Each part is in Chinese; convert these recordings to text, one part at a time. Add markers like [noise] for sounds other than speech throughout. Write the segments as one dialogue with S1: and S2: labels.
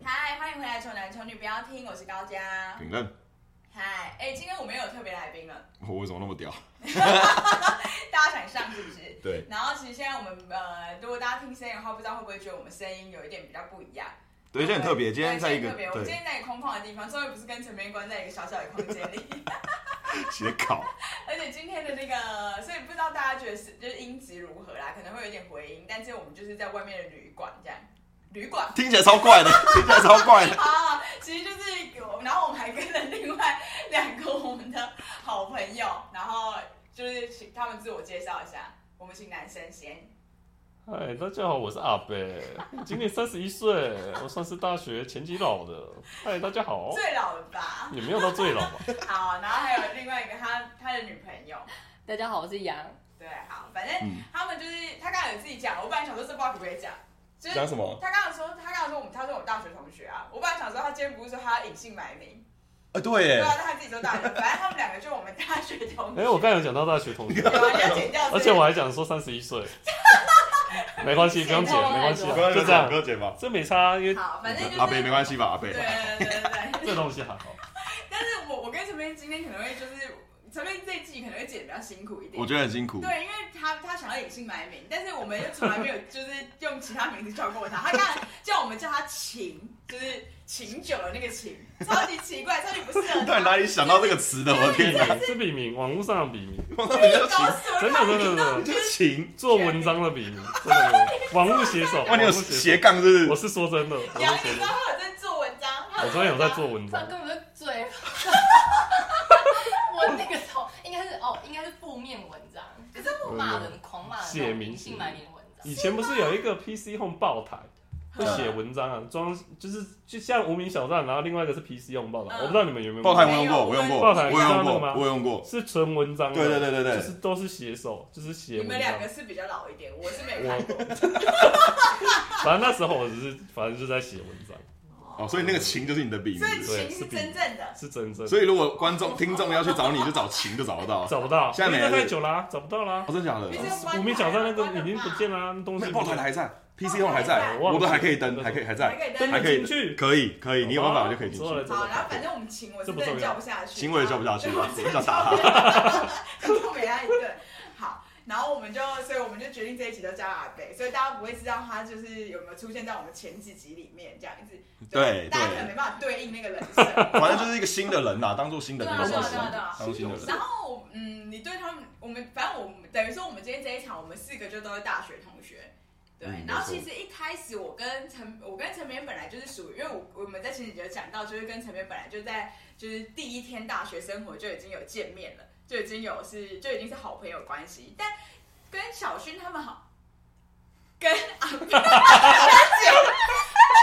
S1: 欢迎回来，丑男丑女，不要听，我是高佳。
S2: 评论，
S1: 嗨，哎，今天我们有特别来宾了， [laughs]
S2: 我为什么那么屌？
S1: 大家想上是不是？
S2: 对，
S1: 然后其实现在我们呃，如果大家听声音的话，不知道会不会觉得我们声音有一点比较不一样？
S2: 对，今天很特别，今天
S1: 对
S2: 在一个
S1: 特别，我们今
S2: 对
S1: 天在一个空旷的地方，终于不是跟陈明关在一个小小的空间
S2: [laughs]
S1: 里，
S2: 写考，
S1: 而且今天的那个，所以不知道大家觉得是就是音质如何啦，可能会有一点回音，但是我们就是在外面的旅馆这样，旅馆。
S2: 听起来超怪的，听起来超怪的。
S1: 啊，其实就是有，然后我们还跟了另外两个我们的好朋友，然后就是请他们自我介绍一下。我们请男生先，
S3: 嗨，哎大家好，我是阿贝，今年三十一岁，我算是大学前几老的。嗨，大家
S2: 哦
S3: 好，
S1: 最老的吧。
S3: 也没有到最老吧？
S1: 好，然后还有另外一个他他的女朋友，
S4: 大家好，我是杨。
S1: 对，好，反正
S2: 嗯，
S1: 他们就是他刚才有自己讲，我本来想说这不知道可不可以讲，就是
S2: 讲什么？
S1: 他刚才说他刚才说我们他说我们大学同学啊，我本来想说他今天不是说他要隐姓埋名，
S2: 啊，对
S1: 对
S2: 耶，
S1: 啊，但他自己说大学，反正他们两个就我们大学同学。
S3: 哎、我刚才有讲到大学同
S1: [laughs]
S3: 学，
S1: 有啊，你要剪掉这个，
S3: 而且我还讲说三十一岁，没关系，不用剪，没关系，啊
S4: 不
S2: [laughs]
S3: 就这样，
S2: 姐吧。
S3: 这没差，因为
S1: 好，反正就是
S2: 阿啊北没关系吧？阿
S1: 对
S2: 北，
S1: 对对对。
S3: 这东西还好。
S1: 但是我我跟陈斌今天可能会就是陈斌这一季可能会剪得比较辛苦一点
S2: 我。觉得很辛苦。
S1: 对，因为他他想要隐姓埋名，但是我们又从来没有就是用其他名字叫过他。他刚才叫我们叫他秦，就是秦九的那个秦，超级奇怪，超级不适合
S2: 到底 [laughs] 哪
S1: 他。
S2: 里想到这个词的？我的
S3: 笔
S2: 天哪！
S3: 名是笔名，网络上的笔名，
S2: 我到底
S1: 搞
S2: 要请，
S1: 死我
S3: 真的真的真的，
S2: 就请。
S3: 做文章的笔名，真的，网络写手，
S2: [laughs] 哇，
S3: 网
S2: 你有
S3: 络
S2: 斜
S3: 写手，
S2: 杠是
S3: 我
S2: 不是？
S3: 是说真的，我
S1: 杨，
S3: 是
S1: 你
S3: 写
S1: 知
S3: 手
S1: 道，他有在做文章，他
S3: 我昨天有在做文章
S4: 这。根本就嘴，我那个时候应该是哦，应该是负面文章，可是骂人狂骂人，
S3: 写明
S4: 姓埋名的文章。
S3: 以前不是有一个 PC Home 爆台，
S1: 嗯
S3: 会写文章啊，装就是就像无名小站，然后另外一个是 PC Home 爆台，
S1: 嗯
S3: 我不知道你们有没有
S2: 爆台
S3: 用
S2: 我用过，我用过，
S3: 爆
S2: 我
S3: 台
S2: 用
S3: 你知道那
S2: 过
S3: 个吗，
S2: 我用过。
S3: 过是纯文章的，
S2: 对对对对对
S3: 就是都是写手，就是写
S1: 你
S3: 文
S1: 们两
S3: 章
S1: 个。是比较老一点，我是没有看过。
S3: 我反正那时候我只是反正就在写文章，
S2: 哦，所以那个情就是你的笔
S1: 所以
S2: 名。
S1: 秦是真正的，
S3: 是真正
S2: 所以如果观众听众要去找你，就找情就找得到。
S3: 找不到，
S2: 现在没了
S3: 因为太久啦、找不到啦
S2: 哦，。真的假的
S1: 你？是用
S3: 无名小站那个已经不见啦，那东西
S2: 那
S3: 不
S2: 爆
S3: 见
S2: 台的还在，PC 用还在，
S3: 我忘
S2: 我
S3: 记
S2: 都还可以登，还可以还
S1: 还
S2: 在，
S1: 可以
S3: 登
S2: 还
S1: 登。
S2: 可以
S3: 进去。
S2: 可以可以，你有办法就可以进
S3: 之后来
S2: 去。
S3: 这
S1: 好，
S3: 个
S1: 然后反正我们秦我是
S3: 这
S1: 真
S3: 不
S1: 的
S3: 重要
S1: 叫不下去，
S2: 行我也叫不下去，
S1: [laughs] 对
S2: 我
S1: 我真的
S2: 想打他。
S1: [laughs] 都没他一顿。啊好，然后我们就，所以我们就决定这一集就叫阿北，所以大家不会知道他就是有没有出现在我们前几集里面，这样一直
S2: 对
S1: 大家可能没办法对应那个人设。
S2: 反正就是一个新的人呐，当做新的人，
S1: 对
S3: 啊对啊
S2: 新的人
S1: 对啊对啊
S2: 当做新 [laughs] 的人。
S1: 然后，嗯，你对他们，我们反正我们等于说我们今天这一场，我们四个就都是大学同学。对，
S2: 嗯
S1: 然后
S2: 没
S1: 其
S2: 错
S1: 实一开始我跟陈，我跟陈明本来就是属于，因为我我们在前几集有讲到，就是跟陈明本来就在就是第一天大学生活就已经有见面了，就已经有是就已经是好朋友关系，但跟小勋他们
S2: [laughs]
S1: 好，跟阿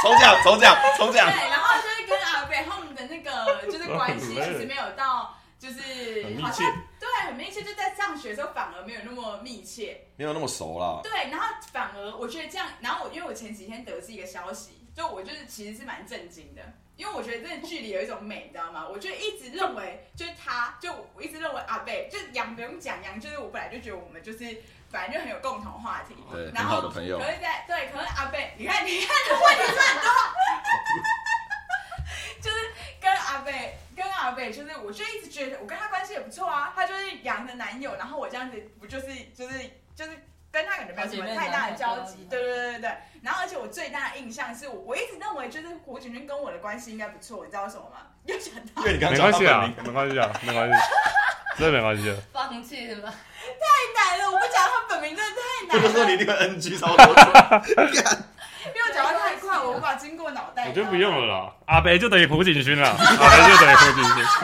S2: 抽奖，抽奖，抽奖！
S1: 对，然后就是跟阿贝他们的那个就是关系，其实没有到就是
S3: 很密
S1: 好
S3: 切
S1: 像对很密切，就在上学的时候反而没有那么密切。
S2: 没有那么熟啦。
S1: 对，然后反而我觉得这样，然后我因为我前几天得知一个消息，就我就是其实是蛮震惊的。因为我觉得这距离有一种美，你知道吗？我就一直认为，就是他，就我一直认为阿贝，就是杨不用讲，杨就是我本来就觉得我们就是反正就很有共同话题，
S2: 对，很
S1: 然
S2: 好
S1: 后
S2: 的朋友
S1: 可。是在对，可是阿贝，你看，你看的问题是很多，就是跟阿贝，跟阿贝，就是我就一直觉得我跟他关系也不错啊，他就是杨的男友，然后我这样子不就是就是就是跟他感觉没有什么太大的交集，对对对对对。然后而且我最大的印象是我我一直认为就是胡景君跟我的关系应该不错，你知道为什
S3: [laughs]
S1: 么吗？又想到
S2: 因为你刚
S3: 没
S2: 刚讲
S3: 关
S2: 到
S3: 系
S2: 本
S3: 啊
S2: 名，，
S3: 没关系啊，没关系，真的没关系啊。
S4: 放弃了吗？
S1: 太难了，我不讲他本名真的太
S2: 这
S1: 难
S2: 个时候
S1: 了，
S2: 你一定会 [laughs] NG 超多。
S1: 因为我
S3: [laughs]
S1: 讲话太快，我无法经过脑袋。
S3: 我觉得不用了啦，阿北就等于胡景勋啦，阿北就等于胡景
S1: 好，就是
S3: 勋，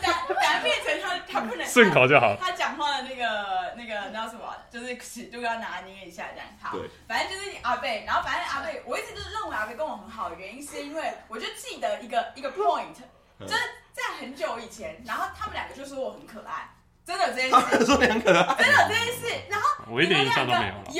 S1: 这样，反正变成他他不能
S3: [laughs] 顺口就
S1: [laughs]
S3: 好。
S1: 他讲话的那个那个那叫什么，啊就是尺度要拿捏一下这样。好
S2: 对，
S1: 反正就是阿贝，然后反正阿贝，我一直都认为阿贝跟我很好，的原因是因为我就记得一个一个 point，
S2: 嗯
S1: 就是在很久以前，然后他们两个就说我很可爱，真的有这件
S2: 他
S3: [laughs]
S1: 事，
S2: 们说你很可爱，
S1: 真的有这件事，然后
S3: 我一点印象都没有
S1: 你们两
S3: 了，
S1: 个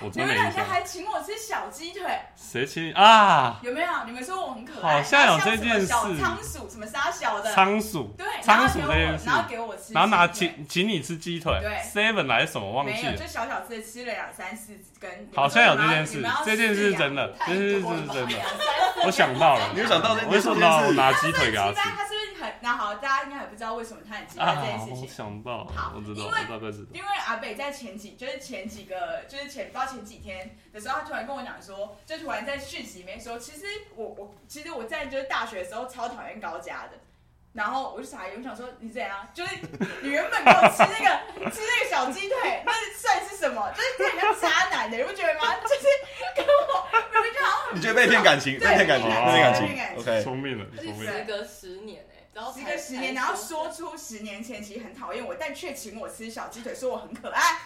S3: 我
S1: 有，你
S3: 真
S1: 们
S3: 没印
S1: 两个
S3: 象。
S1: 还请我吃小鸡腿，
S3: 谁亲啊？
S1: 有没有？你们说我很可爱，
S3: 好像有
S1: 然后什
S3: 这
S1: 么
S3: 件
S1: 小
S3: 事
S1: 仓鼠什么沙小的，
S3: 仓鼠，
S1: 对，然后
S3: 仓鼠
S1: 给
S3: 这件
S1: 我
S3: 事
S1: 然后给我吃鸡腿，
S3: 然后拿请请你吃鸡腿
S1: 对
S3: ，seven 还是什么忘
S1: 没
S3: 记
S1: 有，
S3: 了
S1: 就，小小吃的吃了两三四根。
S3: 好像有这件事，这件事是真
S1: 的。 [laughs]
S3: 的，这件事是真的。
S4: 两三次
S3: 我想到了，
S2: 你有想到这件
S3: 我想
S2: 这
S3: 到
S2: 件事
S3: 拿鸡腿给
S1: 他
S3: 他吃
S1: 他是不是很？那好，大家应该还不知道为什么他很期待这件
S3: 啊！
S1: 事
S3: 我
S1: 情。
S3: 想到
S1: 好，
S3: 我知道，
S1: 因
S3: 我
S1: 为
S3: 大概知道。
S1: 因为阿北在前几，就是前几个，就是前不知道前几天的时候，他突然跟我讲说，就突然在讯息里面说，其实我我其实我在就是大学的时候超讨厌高家的，然后我就傻眼，我想说你怎样？就是你原本给我吃那个 [laughs] 吃那个小鸡腿，那是算是什么？就是很像渣男的，你不觉得吗？就是跟我 [laughs] 明明就好像
S2: 你觉得被骗感情，
S1: 对
S2: 被骗感情，
S3: 被
S2: 被
S3: 骗
S2: 骗
S3: 感
S2: 感
S1: 情
S2: 情
S1: 被
S2: ，OK，，
S3: 聪明了，你
S4: 而
S3: 聪明
S4: 且
S3: 了。
S4: 时隔十年哎，然后
S1: 时
S4: 才
S1: 隔十年，
S4: 才
S1: 然后哦说出十年前其实很讨厌我，但却请我吃小鸡腿，说我很可爱。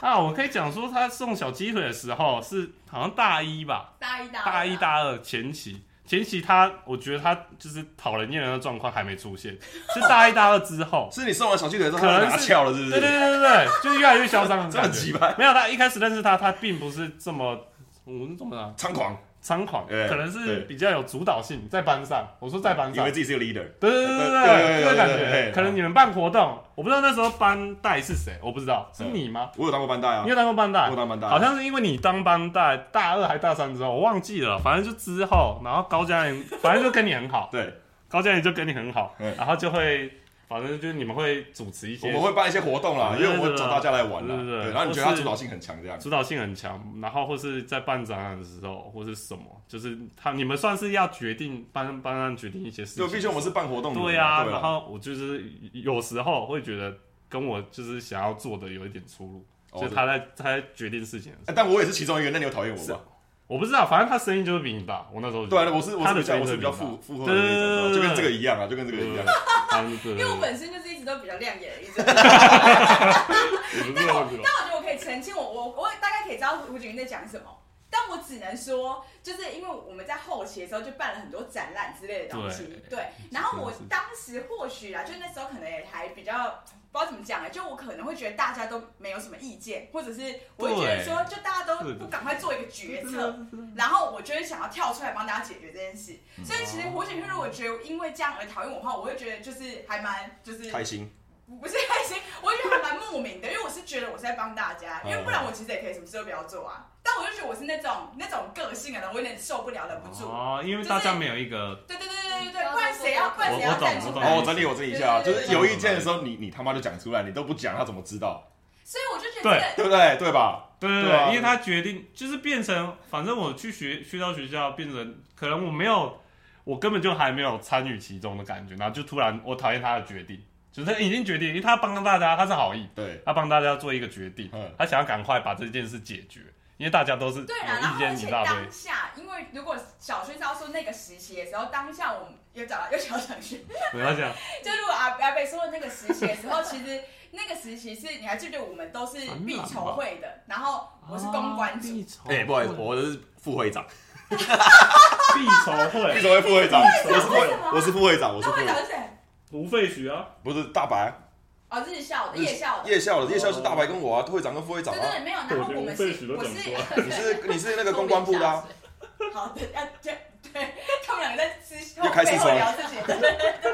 S3: 啊，我可以讲说，他送小鸡腿的时候是好像大一吧，
S1: 大一大啊
S3: 大一大二前期，前期他我觉得他就是讨人厌的那状况还没出现，是大一大二之后
S2: 是你送完小鸡腿之后，
S3: 可能
S2: 他
S3: 是
S2: 拿翘了，是不
S3: 对对
S2: 是？
S3: 对对对，就是越来越嚣张的
S2: 这么
S3: 感
S2: 鸡
S3: 觉。
S2: 掰，
S3: 没有，他一开始认识他，他并不是这么，我是这么啊
S2: 猖狂，
S3: 猖狂，
S2: 对
S3: 可能是
S2: 对
S3: 比较有主导性，在班上，我说在班
S2: 以
S3: 上
S2: 为，自己是个 leader，
S3: 对对对对，
S2: 对对对对
S3: 这个感
S2: 对对
S3: 觉，
S2: 对
S3: 可能你们办活动，我不知道那时候班带是谁，我不知道是
S2: 嗯
S3: 你吗？
S2: 我有当过班带啊
S3: 你，有当过班带
S2: 我有？当班带啊，
S3: 好像是因为你当班带大二还大三之后，我忘记了，反正就之后，然后高嘉玲反正就跟你
S2: [laughs]
S3: 很好，
S2: 对，
S3: 高嘉玲就跟你很好，
S2: 嗯
S3: 然后就会反正就是你们会主持一
S2: 我
S3: 些
S2: 们会办一些活动啦，
S3: 对
S2: 因
S3: 对
S2: 为我会找大家来玩啦，
S3: 对对对
S2: 对，然后你觉得他
S3: 或是
S2: 主导性很强这样，
S3: 主导性很强，然后或是在办展览的时候或是什么，就是他你们算是要决定班班上决定一些事
S2: 就
S3: 情，
S2: 毕竟我们是办活动的人
S3: 对
S2: 啊，
S3: 啊，
S2: 对啊，
S3: 然后我就是有时候会觉得跟我就是想要做的有一点出入，
S2: 哦
S3: 就是他在他在决定事情的时候，
S2: 哎但我也是其中一个，那你有讨厌我
S3: 是
S2: 吧？
S3: 我不知道，反正他声音就是比你大，我那时候觉
S2: 对
S3: 得
S2: 啊，我是我
S3: 他
S2: 是
S3: 的
S2: 比较
S3: 声音
S2: 我是比较
S3: 真的
S2: 附附和
S3: 对
S2: 的
S3: 对
S2: 那
S3: 对
S2: 种，
S3: 对
S2: 就跟这个一样啊，就跟这个一样，
S3: 他是对
S1: 因为我本身就是一直都比较亮眼的一只但我
S3: 不
S1: 但我觉得我可以澄清，我我我大概可以知道胡景云在讲什么，但我只能说，就是因为我们在后期的时候就办了很多展览之类的东西，对。然后我当时或许啊，就那时候可能也还比较。不知道怎么讲哎、就我可能会觉得大家都没有什么意见，或者是我会觉得说，就大家都不赶快做一个决策，然后我就会想要跳出来帮大家解决这件事。所以其实胡景轩如果觉得因为这样而讨厌我的话，我会觉得就是还蛮就是
S2: 开心，
S1: 不是开心，我觉得还蛮莫名的，因为我是觉得我是在帮大家，
S3: 嗯
S1: 因为不然我其实也可以什么事都不要做啊。但我就觉得我是那种那种个性的人，我有点受不了，忍不住。
S3: 哦，因为大家没有一个
S1: 对对对对对对，不然谁要不然
S3: 我
S1: 谁
S3: 我
S1: 要
S3: 懂
S1: 站出
S3: 我懂
S1: 来？
S2: 哦，我整理我整理一下啊，
S1: 对
S2: 就
S1: 对对
S2: 是有意见的时候，你你他妈就讲出来，你都不讲，他怎么知道？
S1: 所以我就觉得这个
S2: 对不对？对吧？
S3: 对对
S2: 对啊
S3: 对，因为他决定就是变成，反正我去学去到学校变成，可能我没有，我根本就还没有参与其中的感觉，然后就突然我讨厌他的决定，就是他已经决定，因为他帮了大家，他是好意，
S2: 对，
S3: 他帮大家做一个决定
S2: 嗯，
S3: 他想要赶快把这件事解决，因为大家都是有
S1: 对啦，然
S3: 意
S1: 后而
S3: 见，你
S1: 且
S3: 大堆
S1: 当下，因为如果小轩是要说那个时期的时候，当下我们又找到又找小轩，
S3: 没关系啊，
S1: [laughs] 就如果阿阿北说的那个时期的时候，其实那个时期是你还记得我们都是必筹会的，然后我是公关组，
S2: 哎，不好意思，我是副会长，
S3: 必仇
S2: 为
S3: 会，
S2: 什么会副会长？我是副
S1: 为什么
S2: 会，我是副会长，我是
S1: 那
S2: 副
S1: 会
S2: 会
S1: 长
S2: 长，
S1: 是谁？
S3: 吴费许啊，
S2: 不是大白，
S1: 哦，日校的夜校的，
S2: 夜校的夜校是大白跟我啊，会长跟副会长
S1: 对
S2: 啊，
S1: 对，没有。然后我们
S3: 对
S1: 是
S3: 我觉得
S1: 我
S3: 我们
S1: 是
S3: 被
S2: 你是你是那个公关部的啊，
S1: 好的，啊对对，他们两个在
S2: [laughs]
S1: 私
S2: 又开始
S1: 背后
S2: 说了
S1: 聊自己，对对对对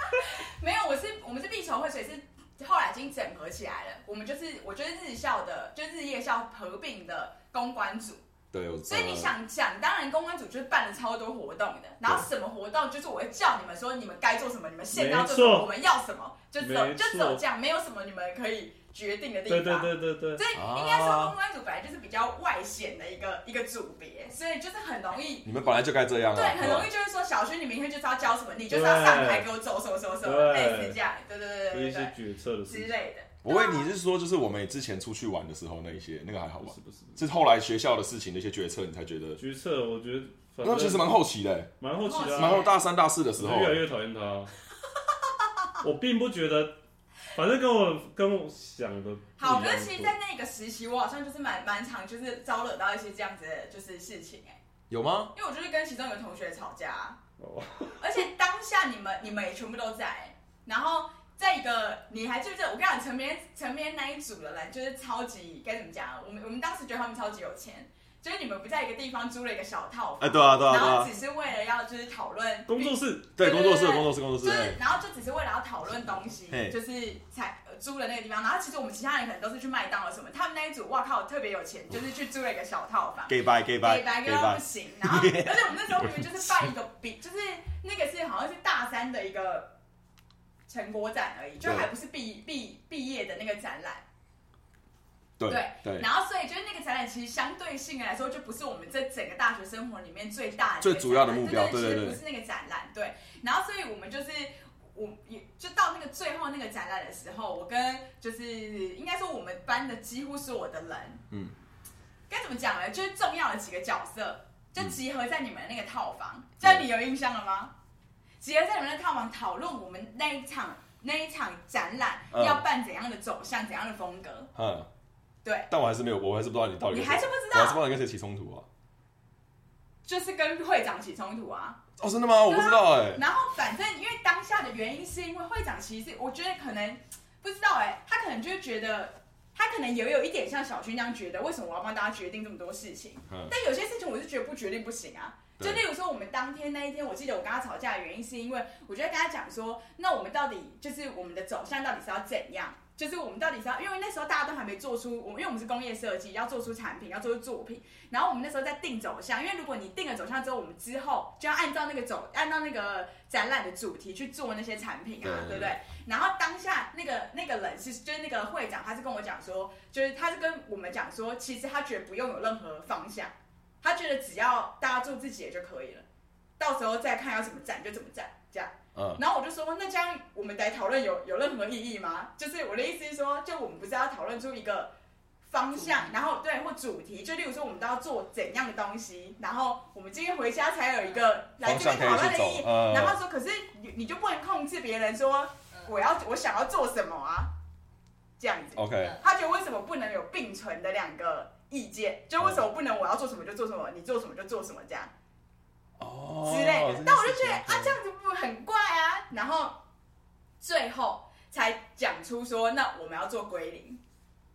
S1: [laughs] 没有，我是我们是必筹会，所以是后来已经整合起来了。我们就是我觉得日校的，就日夜校合并的公关组，
S2: 对，我知道
S1: 所以你想想，当然公关组就是办了超多活动的，然后什么活动就是我会叫你们说你们该做什么，你们现在要做什
S3: 没
S1: 么，
S3: 错
S1: 我们要什么，就只有
S3: 没
S1: 就
S3: 错
S1: 只有这样，没有什么你们可以决定的地方。
S3: 对对对对对，
S1: 所以应该说公关组本来就是比较外显的一个一个组别，所以就是很容易，
S2: 你们本来就该这样啊，
S1: 对，很容易就是说小轩你明天就是要教什么，你就是要上台给我走什么什么什么，
S3: 对
S1: 类似这样，对对对对对对
S3: 决策的
S1: 之类的。
S2: 不会，你是说就是我们也之前出去玩的时候那一些，那个还好吧？
S3: 不
S2: 是
S3: 是
S2: 后来学校的事情那些决策，你才觉得
S3: 决策，我觉得反
S2: 那其实蛮后期的、
S3: 蛮后
S1: 期的啊
S2: 蛮后大三大四的时候
S3: 我，越来越讨厌他。 [laughs] 我并不觉得，反正跟我跟我想的不一
S1: 好，
S3: 样
S1: 可是其实，在那个时期，我好像就是蛮蛮常就是招惹到一些这样子的就是事情哎、
S2: 有吗？
S1: 因为我就是跟其中有同学吵架、啊
S3: 哦，
S1: 而且当下你们你们也全部都在欸，然后在一个你还记不记得我跟你讲陈边陈边那一组的人就是超级该怎么讲啊，我们我们当时觉得他们超级有钱，就是你们不在一个地方租了一个小套
S2: 哎，
S1: 房，
S2: 对啊，对啊，
S1: 然
S2: 对
S1: 后
S2: 啊，
S1: 只是为了要就是讨论
S3: 工作室
S2: 对工作
S1: 对
S2: 室，
S1: 对
S2: 工作室，工作
S1: 就
S2: 室，哎
S1: 是，然后就只是为了要讨论东西
S2: 嘿，
S1: 就是才呃租了那个地方。然后其实我们其他人可能都是去麦当劳什么，他们那一组哇靠特别有钱，就是去租了一个小套房。
S2: 给白，给白，
S1: 给
S2: 给
S1: 白到
S2: 白
S1: 不，行，然
S2: [laughs]
S1: 后而且我们那时候明明就是办一个比，就是那个是好像是大三的一个成果展而已，就
S2: 对
S1: 还不是毕毕毕业的那个展览。
S2: 对
S1: 对
S2: 对，
S1: 然后所以就是那个展览，其实相对性来说，就不是我们这整个大学生活里面最大的一个
S2: 最主要的目标
S1: 展览
S2: 对对
S1: 其
S2: 对
S1: 实不是那个展览，对。然后所以我们就是。我也就到那个最后那个展览的时候，我跟就是应该说我们班的几乎所有的人，
S2: 嗯，
S1: 该怎么讲呢？就是重要的几个角色就
S2: 嗯
S1: 集合在你们那个套房，这
S2: 对
S1: 样你有印象了吗？集合在你们那套房讨论我们那一场那一场展览
S2: 嗯
S1: 要办怎样的走向、怎样的风格，
S2: 嗯，
S1: 对，
S2: 但我还是没哦有，我还是不知道你到底
S1: 你
S2: 跟谁，
S1: 还是不知
S2: 我还是
S1: 道，
S2: 不知道你跟谁起冲突啊？
S1: 就是跟会长起冲突啊。
S2: 哦，真的吗？我不知道哎，
S1: 然后反正因为当下的原因，是因为会长其实我觉得可能不知道哎、他可能就是觉得。他可能也有一点像小军那样觉得，为什么我要帮大家决定这么多事情？
S2: 嗯
S1: 但有些事情我是觉得不决定不行啊。就
S2: 对
S1: 例如说，我们当天那一天，我记得我跟他吵架的原因，是因为我就在跟他讲说，那我们到底就是我们的走向到底是要怎样？就是我们到底是要，因为那时候大家都还没做出，我们因为我们是工业设计，要做出产品，要做出作品。然后我们那时候在定走向，因为如果你定了走向之后，我们之后就要按照那个走，按照那个展览的主题去做那些产品啊，
S2: 对
S1: 对不对？然后当下那个那个人是就是那个会长，他是跟我讲说，就是他是跟我们讲说，其实他觉得不用有任何方向。他觉得只要大家做自己的就可以了，到时候再看要怎么站就怎么站这样。
S2: 嗯，
S1: 然后我就说，那这样我们来讨论有有任何意义吗？就是我的意思是说，就我们不是要讨论出一个方向，然后对或主题，就例如说我们都要做怎样的东西，然后我们今天回家才有一个来
S2: 方
S1: 这
S2: 向
S1: 边
S2: 可
S1: 讨
S2: 以
S1: 论的
S2: 去走
S1: 意义。，然后
S2: 嗯，
S1: 他说，可是你你就不能控制别人说我要我想要做什么啊，这样子。
S2: ，OK，
S1: 他觉得为什么不能有并存的两个意见？就为什么不能我要做什么就做什么，你做什么就做什么这样
S2: 哦
S1: 之类的？但我就觉得啊，这
S2: 样，
S1: 样子不很怪啊。然后最后才讲出说，那我们要做归零，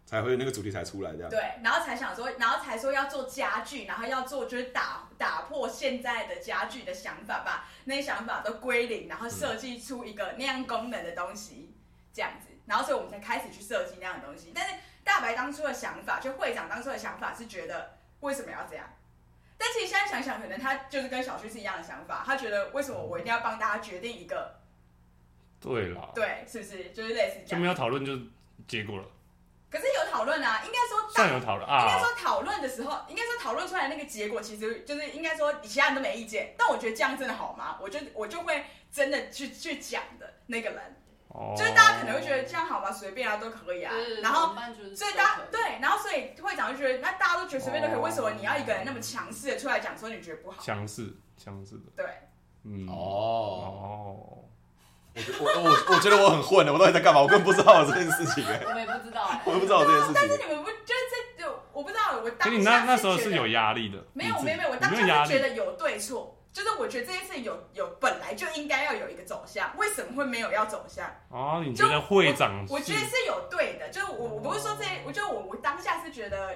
S2: 才会那个主题才出来这样，
S1: 对，然后才想说，然后才说要做家具，然后要做就是打打破现在的家具的想法，把那些想法都归零，然后设计出一个那样功能的东西，这样子，然后所以我们才开始去设计那样的东西。但是大白当初的想法，就会长当初的想法是觉得为什么要这样？但其实现在想想，可能他就是跟小旭是一样的想法，他觉得为什么我一定要帮大家决定一个
S3: 对啦，
S1: 对，啊是不是就是类似这
S3: 就没
S2: 哦
S1: 样？
S3: 有讨论就结果了，
S1: 可是有讨论啊，应该说大
S3: 算有讨论
S1: 应该
S3: 啊
S1: 说，讨论的时候，应该说讨论出来那个结果，其实就是应该说其他人都没意见，但我觉得这样真的好吗？我就我就会真的去去讲的那个人，
S3: 哦
S1: 就是大家可能会觉得这样好吗？随便啊，都可以啊。
S4: 对
S1: 然后，所
S4: 所
S1: 以大家对，然后所以会长就觉得，那大家都觉得随便都可以，
S3: 哦
S1: 为什么你要一个人那么强势的出来讲说你觉得不好？
S3: 强势强势的，
S1: 对，
S3: 嗯，
S2: 哦，
S3: 哦，
S2: 我觉我我我觉得我很混，我到底在干嘛？我根本不知道我这件事情哎，
S4: 我们也不知道欸，
S2: 我都不知
S3: 哦
S2: 道我这件事
S1: 但是
S2: 情，
S1: 你们不就是这就我不知道，我
S3: 可
S1: 当
S3: 是
S1: 下
S3: 你那那时候
S1: 觉
S3: 是
S1: 得
S3: 有压力的，
S1: 没有
S3: 你自
S1: 没有
S3: 己
S1: 没有，我
S3: 你
S1: 当
S3: 没有压
S1: 下是觉
S3: 力，
S1: 得有对错，就是我觉得这件事情有有本来就应该要有一个走向，为什么会没有要走向？
S3: 哦，你觉得会长
S1: 我觉得
S3: 是
S1: 是有对的，就是
S3: 哦
S1: 我我不是说这，我就我我当下是觉得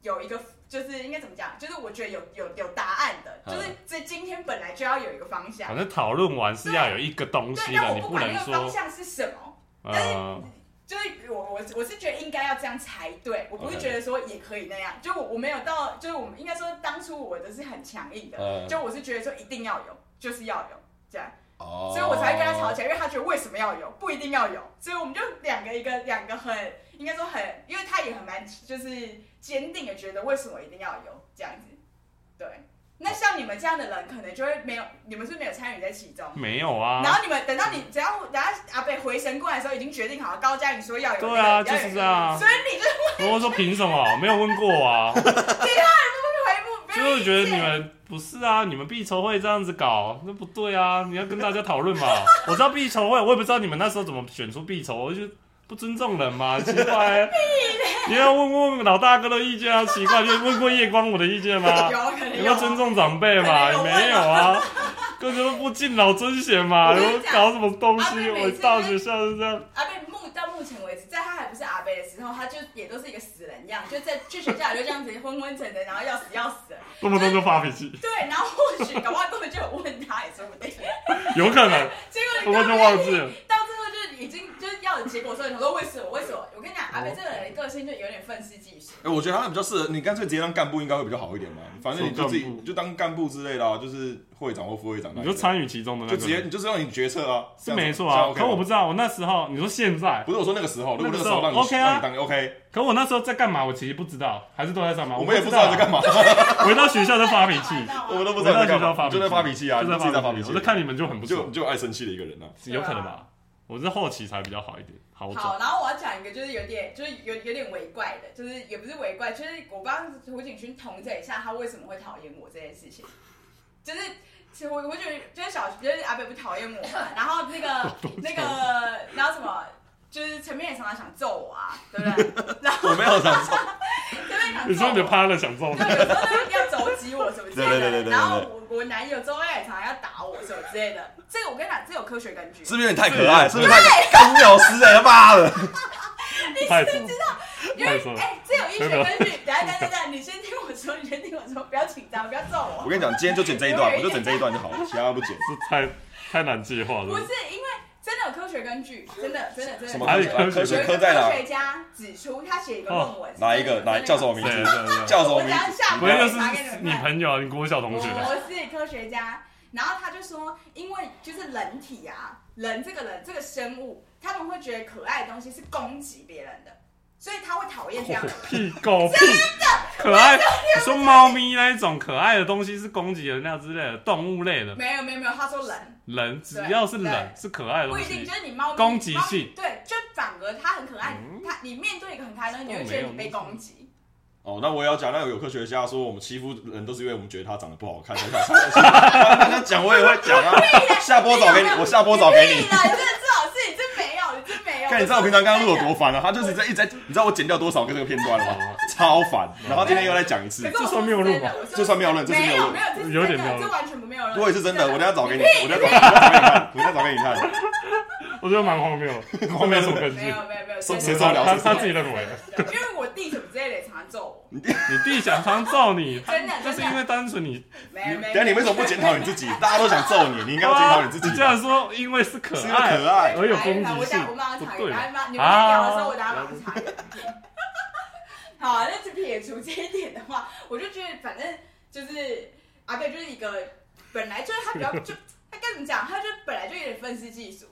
S1: 有一个，就是应该怎么讲，就是我觉得有有有答案的，
S2: 嗯
S1: 就是这今天本来就要有一个方向
S3: 反，正讨论完是要有一个东
S1: 啊对，
S3: 西
S1: 但
S3: 的，你
S1: 我不
S3: 不
S1: 管
S3: 能
S1: 那个方
S3: 说
S1: 向是什么，
S3: 呃，
S1: 就是我我我是觉得应该要这样才对，我不是
S2: OK
S1: 觉得说也可以那样，就我我没有到，就是我们应该说当初我的是很强硬的，
S2: 嗯，
S1: 就我是觉得说一定要有，就是要有这样。
S2: 哦，
S1: 所以我才会跟他吵起来，因为他觉得为什么要有，不一定要有，所以我们就两个一个两个很应该说很，因为他也很蛮就是坚定的觉得为什么一定要有这样子，对。那像你们这样的人，可能就会没有，你们是没有参与在其中。
S3: 没有啊
S1: 然，后你们等到你只要等下阿北回神过来的时候，已经决定好了，高嘉颖说要有、那个
S3: 对啊，
S1: 要有那
S3: 就
S1: 个
S3: 是这样啊
S1: 所。以你就是
S3: 我说凭什么？没有问过啊，
S1: 回不，没
S3: 就
S1: 有
S3: 是觉得
S1: 意
S3: 你
S1: 见
S3: 们不是啊，你们必筹会这样子搞，那不对啊！你要跟大家讨论嘛。我知道必筹会，我也不知道你们那时候怎么选出必筹，我就不尊重人嘛，奇怪、你要问问老大哥的意见啊，奇怪，就问过夜光我的意见吗？
S1: 有可能
S3: 有
S1: 有
S3: 没有尊重长辈嘛？也
S1: 可能有
S3: 没有啊，根本就不敬老尊贤嘛，
S1: 我跟
S3: 有
S1: 你
S3: 没有
S1: 讲
S3: 搞什么东
S1: 阿
S3: 西？
S1: 妹每
S3: 我
S1: 次
S3: 到学校是这样，
S1: 阿贝目到目前为止，在他还不是阿贝的时候，他就也都是一个死人样，就在去学校也就这样子昏昏沉沉，然后要死要死的。
S3: 动不动就发脾气，
S1: 对，然后或许搞不好根本就有问他也说不定，
S3: 有可能，
S1: 结果你
S3: 不过就
S1: 根本
S3: 忘记了。
S1: 到最后就是已经就是要有结果，所以想说为什么为什么？我跟你讲，阿北这个人的个性就有点愤世嫉俗。
S2: 哎，我觉得他们比较适合，你干脆直接当干部应该会比较好一点嘛。反正你就自己
S3: 什么干部
S2: 你就当干部之类的啊，就是会长或副会长那
S3: 你
S2: 一
S3: 就
S2: 种，
S3: 参与其中的那
S2: 就
S3: 个，
S2: 直接你就是让你决策啊，
S3: 是没错
S2: 这样
S3: 啊。
S2: 子这样 OK
S3: 可
S2: 吗
S3: 我不知道，我那时候你说现在，
S2: 不是我说那个时候，如果那个
S3: 那个
S2: 时
S3: 时
S2: 候
S3: 候
S2: 让你
S3: OK 啊
S2: 让你当 OK，
S3: 可我那时候在干嘛，我其实不知道，还是都在上班。
S2: 我们也不知
S3: 啊
S2: 道你在干嘛，
S3: 回到学校就发脾
S1: [laughs]
S3: 气，
S2: 我们都不知
S3: 回
S2: 道你在
S3: 到学
S2: 干
S3: 校
S2: 嘛， [laughs]
S3: 发
S2: 你就
S3: 脾气，
S2: 在发脾气啊，你
S3: 就
S2: 就自己在发脾气，
S3: 我就看你们就很不
S2: 你就
S3: 爽
S2: 你，就爱生气的一个人啊。
S3: 有可能吧？我是后期才比较好一点，好转。
S1: 好，啊然后我要讲一个，就是有点，就是有有点围怪的，就是也不是围怪，就是我帮胡景勋统整一下他为什么会讨厌我这件事情。就是其实我我觉得，就是小就是阿北不讨厌我嘛，然后那个那个然后什么，就是陈面也常常想揍我啊，对不对？然后
S2: 我没有想说，
S1: 陈面想揍我，
S3: 你说你的趴了想揍
S1: 对，
S3: 他，
S1: 有时候他一定要肘击我什么之类的。
S2: 对对对对对对
S1: 然后我我男友周外也常常要打我什么之类的。这个我跟你讲，这有科学根据。
S2: [laughs] 是不是有点太可爱？是不是太干鸟师哎，他妈的！
S3: 太爽，
S1: 因
S3: 太
S1: 为
S3: 爽了。
S1: 哎，这有医学根据。等一下等一下等一下，你先听我说，你先听我说，不要紧张，不要揍
S2: 我
S1: 我。
S2: 跟你讲，今天就剪这一段，我就整这一段就好了，其他都不剪。
S3: 这太太难计划
S1: 不
S3: 了
S1: 是。因为真的有科学根据，真的真的真的。
S2: 什么
S3: 还有
S2: 科学科
S1: 有
S2: 学
S1: 一
S2: 科
S1: 个
S2: 在
S1: 科
S2: 哪？
S1: 学家指出，他写一个论文，
S2: 哪一个？哪叫什么名
S3: 对对
S2: 字？
S3: 对，
S2: 叫什
S1: 我
S2: 么
S1: 等
S2: 名
S1: 一下
S2: 字？
S1: 下
S3: 不
S1: 面
S3: 是
S1: 我
S3: 就
S1: 发给
S3: 是
S1: 你
S3: 你
S1: 们看。
S3: 朋友，你国小同学，哦
S1: 我是科学家，然后他就说，因为就是人体啊，人这个人这个生物，他们会觉得可爱的东西是攻击别人的，所以他会讨厌这样的人。
S3: 屁狗屁，可爱。你说猫咪那一种可爱的东西是攻击人那之类的动物类的，
S1: 没有没有没有，他说人
S3: 人只
S1: 对
S3: 要是人
S1: 对
S3: 是可爱的
S1: 不
S3: 东
S1: 一定，
S3: 西
S1: 就，是你猫咪
S3: 攻击性，
S1: 猫咪对，就反而它很可爱，
S3: 嗯
S1: 它你面对一个很可爱的东西，你会觉得你被攻击。
S2: 哦，那我也要讲，那有科学家说我们欺负人都是因为我们觉得他长得不好看，才想伤害他。他他讲我也会讲啊，下播找给你，我下播找给
S1: 屁
S2: 你。
S1: 啦，你真的这种事情真没有，你真没有。
S2: 看，你知道我平常刚刚录有多烦啊？他就是在一直在，你知道我剪掉多少个这个片段了吗？超烦。然后今天又来讲一次
S1: 可，是我
S3: 这算谬论吧
S1: 我说真的
S2: 这算谬论这是
S1: 没
S2: 谬论
S1: 有没有，这是
S3: 有点
S1: 真的
S3: 谬论
S1: 这完全不谬论。
S2: 如果也是真的，我等下找给你，
S1: 屁
S2: 我等下找，我等下找给你看，我等下
S3: 我觉得蛮荒谬
S1: [laughs]
S3: 的，后面什么根
S1: 没
S3: 据
S1: 有？没有没有，真
S2: 谁
S1: 的
S2: 谁受得
S1: 真的
S2: 了谁受得了
S3: 他自己认为的
S1: 真的因为我弟什么之类的也常常揍我，
S3: 你弟想常揍你，
S1: [laughs] 真的
S3: 就是因为单纯你，
S1: 没
S2: 给
S1: 有
S2: 你
S1: 没
S2: 看。等
S1: 有。
S2: 下你为什么不检讨你自己？大家都想揍你，你应该要检讨你自己
S3: 你。这样说，因为是可
S2: 是因为
S3: 爱，
S2: 可爱，
S3: 而有攻
S1: 哎来来我
S3: 击
S1: 等下
S3: 性
S1: 我，马上
S3: 不
S1: 查，
S3: 对
S1: 然后
S3: 吧？
S1: 马你们在聊的时候，我等下马上查。 [laughs] 好，那就撇除这一点的话，我就觉得反正就是阿贝就是一个本来就是他比较就他该怎么讲，他就本来就有点愤世嫉俗，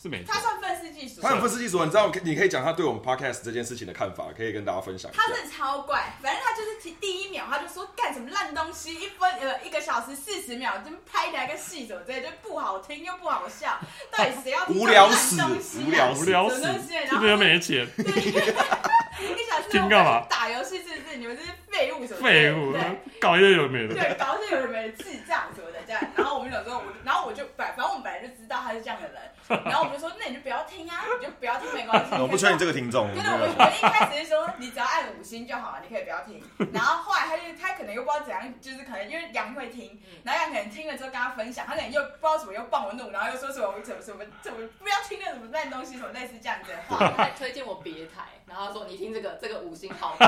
S3: 是没错
S1: 他。算愤世嫉俗
S2: 他。很愤世嫉俗，你知道，你可以讲他对我们 podcast 这件事情的看法，可以跟大家分享一下
S1: 他。是超怪，反正他就是第第一秒他就说干什么烂东西，一分呃一个小时四十秒，就拍的来个戏什么之类，就不好听又不好笑，到底谁要听
S2: 无
S1: 这
S2: 聊
S1: 种烂
S2: 死
S1: 东西啊
S2: 无聊
S3: 无聊死
S1: 什么东西，啊然后
S3: 是不是又没钱？
S1: 一小时
S3: 听干嘛？
S1: 打游戏是不是？你们这些废物什么之类
S3: 废
S1: 的？
S3: 物
S1: 对，
S3: 搞一些有没的，
S1: 对，搞这有人智障什么的这样。然后我们想说，我然后我就本反正我们本来就知道他是这样的人，然后我们就说，那你就不要听啊，你就不要听没关系。
S2: [laughs] 我不缺你这个
S1: [laughs]
S2: 听众，
S1: 啊真的，我们我们一开始是说你只要按五星就好了，你可以不要听。然后后来他就他可能又不知道怎样，就是可能因为杨会听，然后杨可能听了之后跟他分享，他可能又不知道什么又暴怒，然后又说什么什么什么什么不要听那什么烂东西，什么类似这样子的话。
S4: 他还推荐我别台，然后他说你听这个，这个五星好评。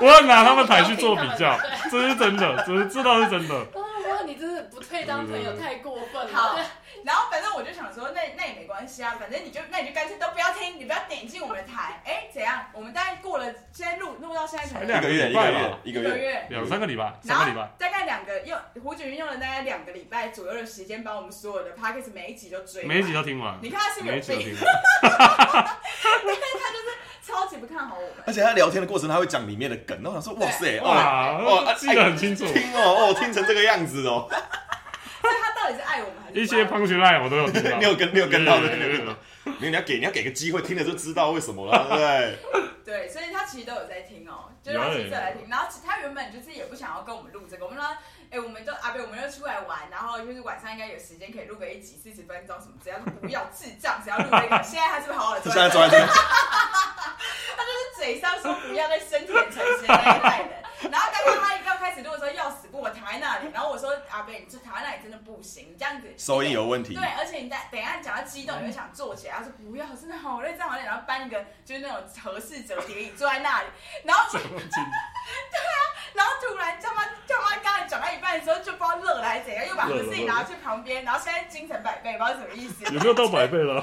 S3: 我要拿他们台去做比较，这是真的，这是这倒是真的。
S4: 哇，你真是不退当朋友太过分了。
S1: 好，然后反正我就想说，那那也没关系啊，反正你就那你就干脆都不要听，你不要点进我们的台。哎，怎样？我们大概过了，现在录录到现在可
S3: 才
S1: 能
S2: 一个月，一个月，一
S1: 一
S2: 个
S1: 个
S2: 月，
S1: 月，
S3: 两三个礼拜，
S1: 然
S3: 三个礼
S1: 后
S3: 拜，
S1: 大概两个用胡景云用了大概两个礼拜左右的时间，把我们所有的 p o c k e t 每一集都追完。
S3: 每一集都听完，
S1: 你看他是不是
S3: 每一
S1: 有
S3: 集都
S1: 病？
S3: 听完。
S1: 超级不看好我们。
S2: 而且他聊天的过程，他会讲里面的梗，然后我想说，哇塞， [laughs] 哇，
S3: 哇，
S2: 哦
S3: 我记得很清楚，
S2: 听哦，哦，听成这个样子哦，
S1: 所以他到底是爱我们还是
S3: 一些
S1: 朋
S3: punch line 我都有听
S2: [laughs]
S3: 到
S2: 你。有跟，你有跟到的，
S3: 对对对
S2: 没有，你要给，你要给个机会，听了就知道为什么了，对不对？
S1: 对，所以他其实都有在听哦，就是他其实有在听。然后其他原本就是也不想要跟我们录这个，我们说，哎，我们都阿贝，我们就出来玩，然后就是晚上应该有时间可以录个一集四十分钟什么，只要不要智障，只要录 [laughs] 这个。现在他是不是好好的
S2: 就
S1: 坐
S2: 现在
S1: 在
S2: 坐在这边， [laughs]
S1: 嘴上说不要再身体很诚实那一派的，然后刚刚他又开始始录的时候要死不活躺在那里，然后我说阿贝，你这躺在那里真的不行，你这样子
S2: 收音有问题
S1: 对，，而且你在等一下讲到激
S5: 嗯
S1: 动，你就想坐起来。他说不要，真的好累，站好累，然后搬一个就是那种合适折叠椅坐在那里，然后 [laughs] 啊然后突然叫妈叫妈刚才讲到一半的时候就不知道乐了还是怎样，又把
S5: 乐了
S1: 自己拿去旁边，然后现在精神百倍，不知道是什么意思。
S5: 有没有到百倍了？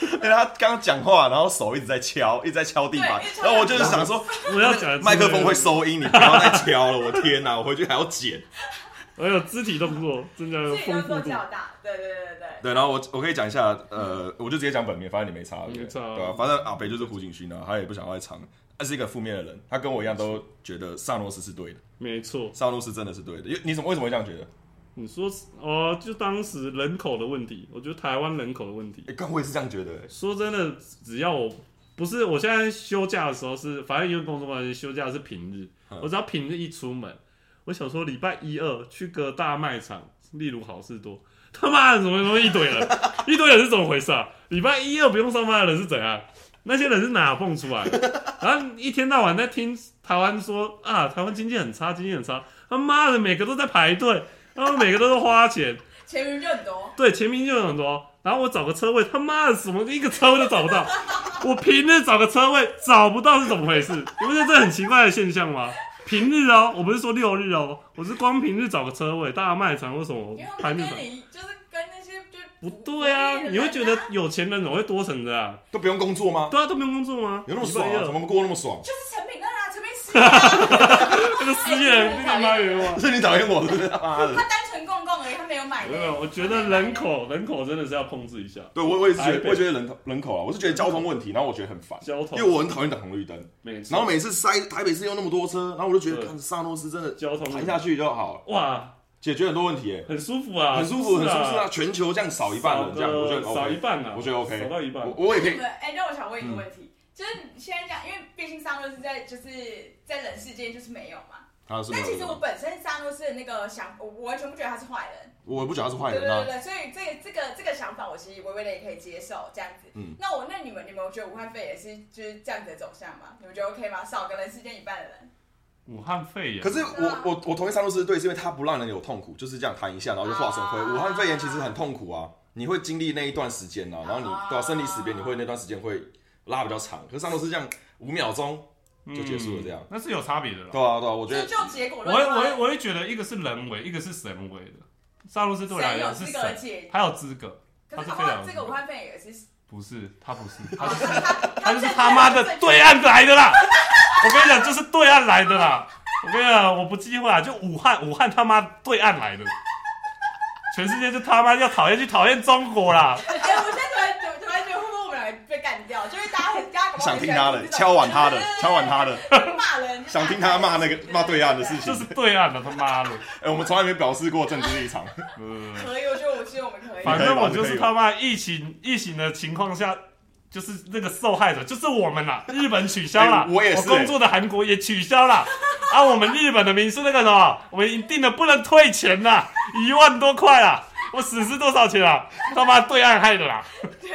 S2: 因为他刚刚讲话，然后手一直在敲，一直在敲地板
S1: 对一直，敲
S2: 然后我就是想说，
S5: 我要讲的是
S2: 麦克风会，收音，你不要再敲了，我天哪，我回去还要剪。
S5: 还有哎肢体动作增加了
S1: 自己
S5: 丰
S1: 动
S5: 富
S1: 作
S5: 度。
S1: 较大，对对对对对。
S2: 对，然后我我可以讲一下，呃，我就直接讲本名，反正你没差，
S5: 没差啊
S2: 对吧、反正阿北就是胡景勋啊，他也不想要再唱，他是一个负面的人，他跟我一样都觉得萨诺斯是对的，
S5: 没错，
S2: 萨诺斯真的是对的，因为你怎么为什么会这样觉得？
S5: 你说哦，就当时人口的问题，我觉得台湾人口的问题。
S2: 哎、刚我也是这样觉得、欸
S5: 说真的，只要我不是我现在休假的时候是，反正因为工作关系休假是平日，
S2: 嗯
S5: 我只要平日一出门，我想说礼拜一二去个大卖场，例如好事多，他妈的怎么怎么一堆人， [laughs] 一堆人是怎么回事啊？礼拜一二不用上班的人是怎样？那些人是哪蹦出来的？然后一天到晚在听台湾说啊，台湾经济很差，经济很差，他妈的每个都在排队，他们每个都在花钱，
S1: 前面就很多，
S5: 对，前面就有很多。然后我找个车位，他妈的什么一个车位都找不到。 [laughs] 我平日找个车位找不到是怎么回事？你不觉得这很奇怪的现象吗？平日哦，我不是说六日哦，我是光平日找个车位，大卖场或什么
S1: 因为他
S5: 排
S1: 们
S5: 日
S1: 跟
S5: 本
S1: 你就是跟那些就是
S5: 不对啊，你会觉得有钱人怎么会多成这样？
S2: 都不用工作吗？
S5: 对啊，都没有工作吗？
S2: 有那么爽、
S5: 礼拜
S2: 啊？
S5: 二
S2: 怎么过那么爽？ [laughs]
S1: 就是成品那啊，成品死啊，
S5: [laughs] 那个失业人那个妈冤枉。
S2: 是你讨厌我，是不 [laughs] 是？他妈的！
S1: 他单纯逛逛而已，他没有买
S5: 没有，
S1: 的。
S5: 我觉得人口人口真的是要控制一下，
S2: 对我我也是觉
S5: 台
S2: 得，
S5: 北
S2: 我也觉得人口人口啊，我是觉得交通问题，然后我觉得很烦，
S5: 交通
S2: 因为我很讨厌等红绿灯，
S5: 没错，
S2: 然后每次塞台北市又那么多车，然后我就觉得，
S5: 对
S2: 看萨诺斯真的
S5: 交通
S2: 排下去就好了，
S5: 哇，
S2: 解决很多问题、欸，
S5: 很舒服啊，
S2: 很舒服，很
S5: 是
S2: 舒适啊，全球这样少一半人这样，我觉得很
S5: 少个少一
S2: OK，
S5: 半啊，
S2: 我觉得 OK
S5: 少到一半。
S2: 我我也可以
S1: 对，哎，那我想问一个
S2: 嗯
S1: 问题，就是现在这样，因为毕竟上路是在就是在人世间就是没有嘛。
S2: 他是没
S1: 但
S2: 有
S1: 其实我本身上路是的那个想，我我完全不觉得他是坏人。
S2: 我也不觉得他是坏
S1: 对
S2: 人
S1: 对对
S2: 啊，
S1: 对，所以这个这个这个想法，我其实微微的也可以接受这样子。
S2: 嗯
S1: 那我那你们你们觉得武汉肺炎是就是这样子的走向吗？你们觉得 OK 吗？少个人世界一半的人，
S3: 武汉肺炎啊
S2: 可是我我我同意上路是对，是因为他不让人有痛苦，就是这样弹一下，然后就化成灰。
S1: 啊
S2: 武汉肺炎其实很痛苦啊，你会经历那一段时间啊，然后你
S1: 啊
S2: 对吧、生离死别，你会那段时间会拉比较长。可是上路是这样五秒钟，就结束了这样
S3: 嗯那是有差别的啦。
S2: 对啊对啊，我觉
S1: 就
S2: 得
S1: 就结果
S3: 我
S1: 论
S3: 会
S1: 的
S3: 我
S1: 话，
S3: 会我会觉得一个是人为，一个是神为的。萨洛斯对我来
S1: 谁有
S3: 啊讲是
S1: 资格
S3: 神，
S1: 解？
S3: 他有资格，
S1: 可是
S3: 他
S1: 好
S3: 是非常
S1: 像这个武汉肺炎也是，
S3: 不是他不是，
S1: 好
S3: [laughs] 他是
S1: 他
S3: 他就是他妈的对岸来的啦！我跟你讲，就是对岸来的啦！我跟你讲，我不忌讳啊，就武汉，武汉他妈对岸来的，全世界就他妈要讨厌去讨厌中国啦！
S2: [laughs]
S1: 哎，我现在突然突然觉得会不会我们俩被干掉？就是大家很大家搞不好
S2: 想听他的
S1: 很，喜欢
S2: 敲碗他的
S1: 对对，对
S2: 敲碗他的，
S1: 骂人，
S2: [laughs] 想听他骂
S1: [laughs]
S2: 那个骂对岸的事
S1: 情。
S2: 情
S3: 就。是对岸的他妈的，
S2: 哎、我们从来没表示过政治立场，
S3: 嗯，
S1: 可以，我觉得我觉得我们可以。
S3: 反正我就是他妈疫情疫情的情况下，就是那个受害者就是我们啦，日本取消啦，
S2: 哎我也是
S3: 工作的韩国也取消啦。啊，我们日本的民宿那个什么，我们一定的不能退钱啦，一万多块啦，我损失多少钱啊？他妈对岸害的啦！
S1: 对，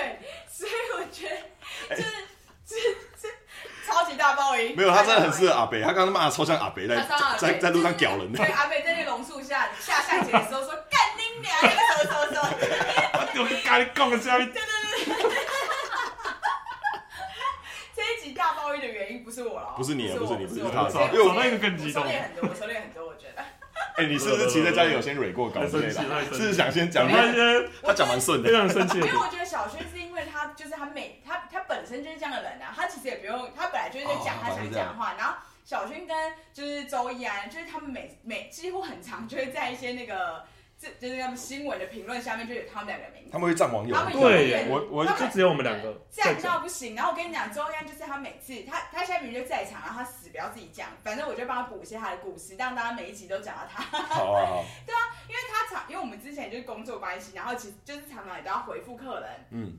S1: 所以我觉得就是这这超级大爆音。
S2: 没有，他真的很适合阿北，他刚刚骂得超像阿北在
S4: 他超像阿北
S2: 在在路上屌人的
S1: 对，。阿北在那榕树下下下节的时候说：“ [laughs] 干你娘！”什么什么什么，
S3: 我跟你讲下面，
S1: 这一集大爆音的原因不是我了，
S2: 不是你啊
S1: 我
S2: 不是你
S1: 我
S2: 不是他
S1: 所以
S3: 找
S2: 因为我
S3: 找到一个更激动
S1: 我收
S3: 的
S1: 敛。很多，我收敛很多，我觉得。
S2: [laughs] 哎、你是不是其实在家里有先蕊过稿之类
S5: 太生气太
S2: 的？啊
S5: 生气
S2: 是不是想先讲
S3: 哎
S5: 讲
S2: 他
S5: 那些
S2: 他讲蛮顺
S5: 非
S2: 的，
S5: 常生气
S1: 因
S5: 的
S1: 为我觉得小轩是因为他就是他每他他本身就是这样的人啊，他其实也不用他本来就是在讲他想讲的话，然后小轩跟就是周易安，就是他们每每几乎很常就会在一些那个这就是他们新闻的评论下面就有他们两个名字
S2: 他。们会占网友
S1: 他。们
S5: 对
S1: 永远
S2: 我
S3: [laughs]
S2: 我
S1: 他们
S5: 就只有我们两个
S1: 这样到不行。然后我跟你讲，周央就是他每次他他现在明明就在场，然后他死不要自己讲，反正我就帮他补一些他的故事，让大家每一集都讲到他。 [laughs]
S2: 好啊好，
S1: 因为他常因为我们之前就是工作关系，然后其实就是常常也都要回复客人，
S2: 嗯，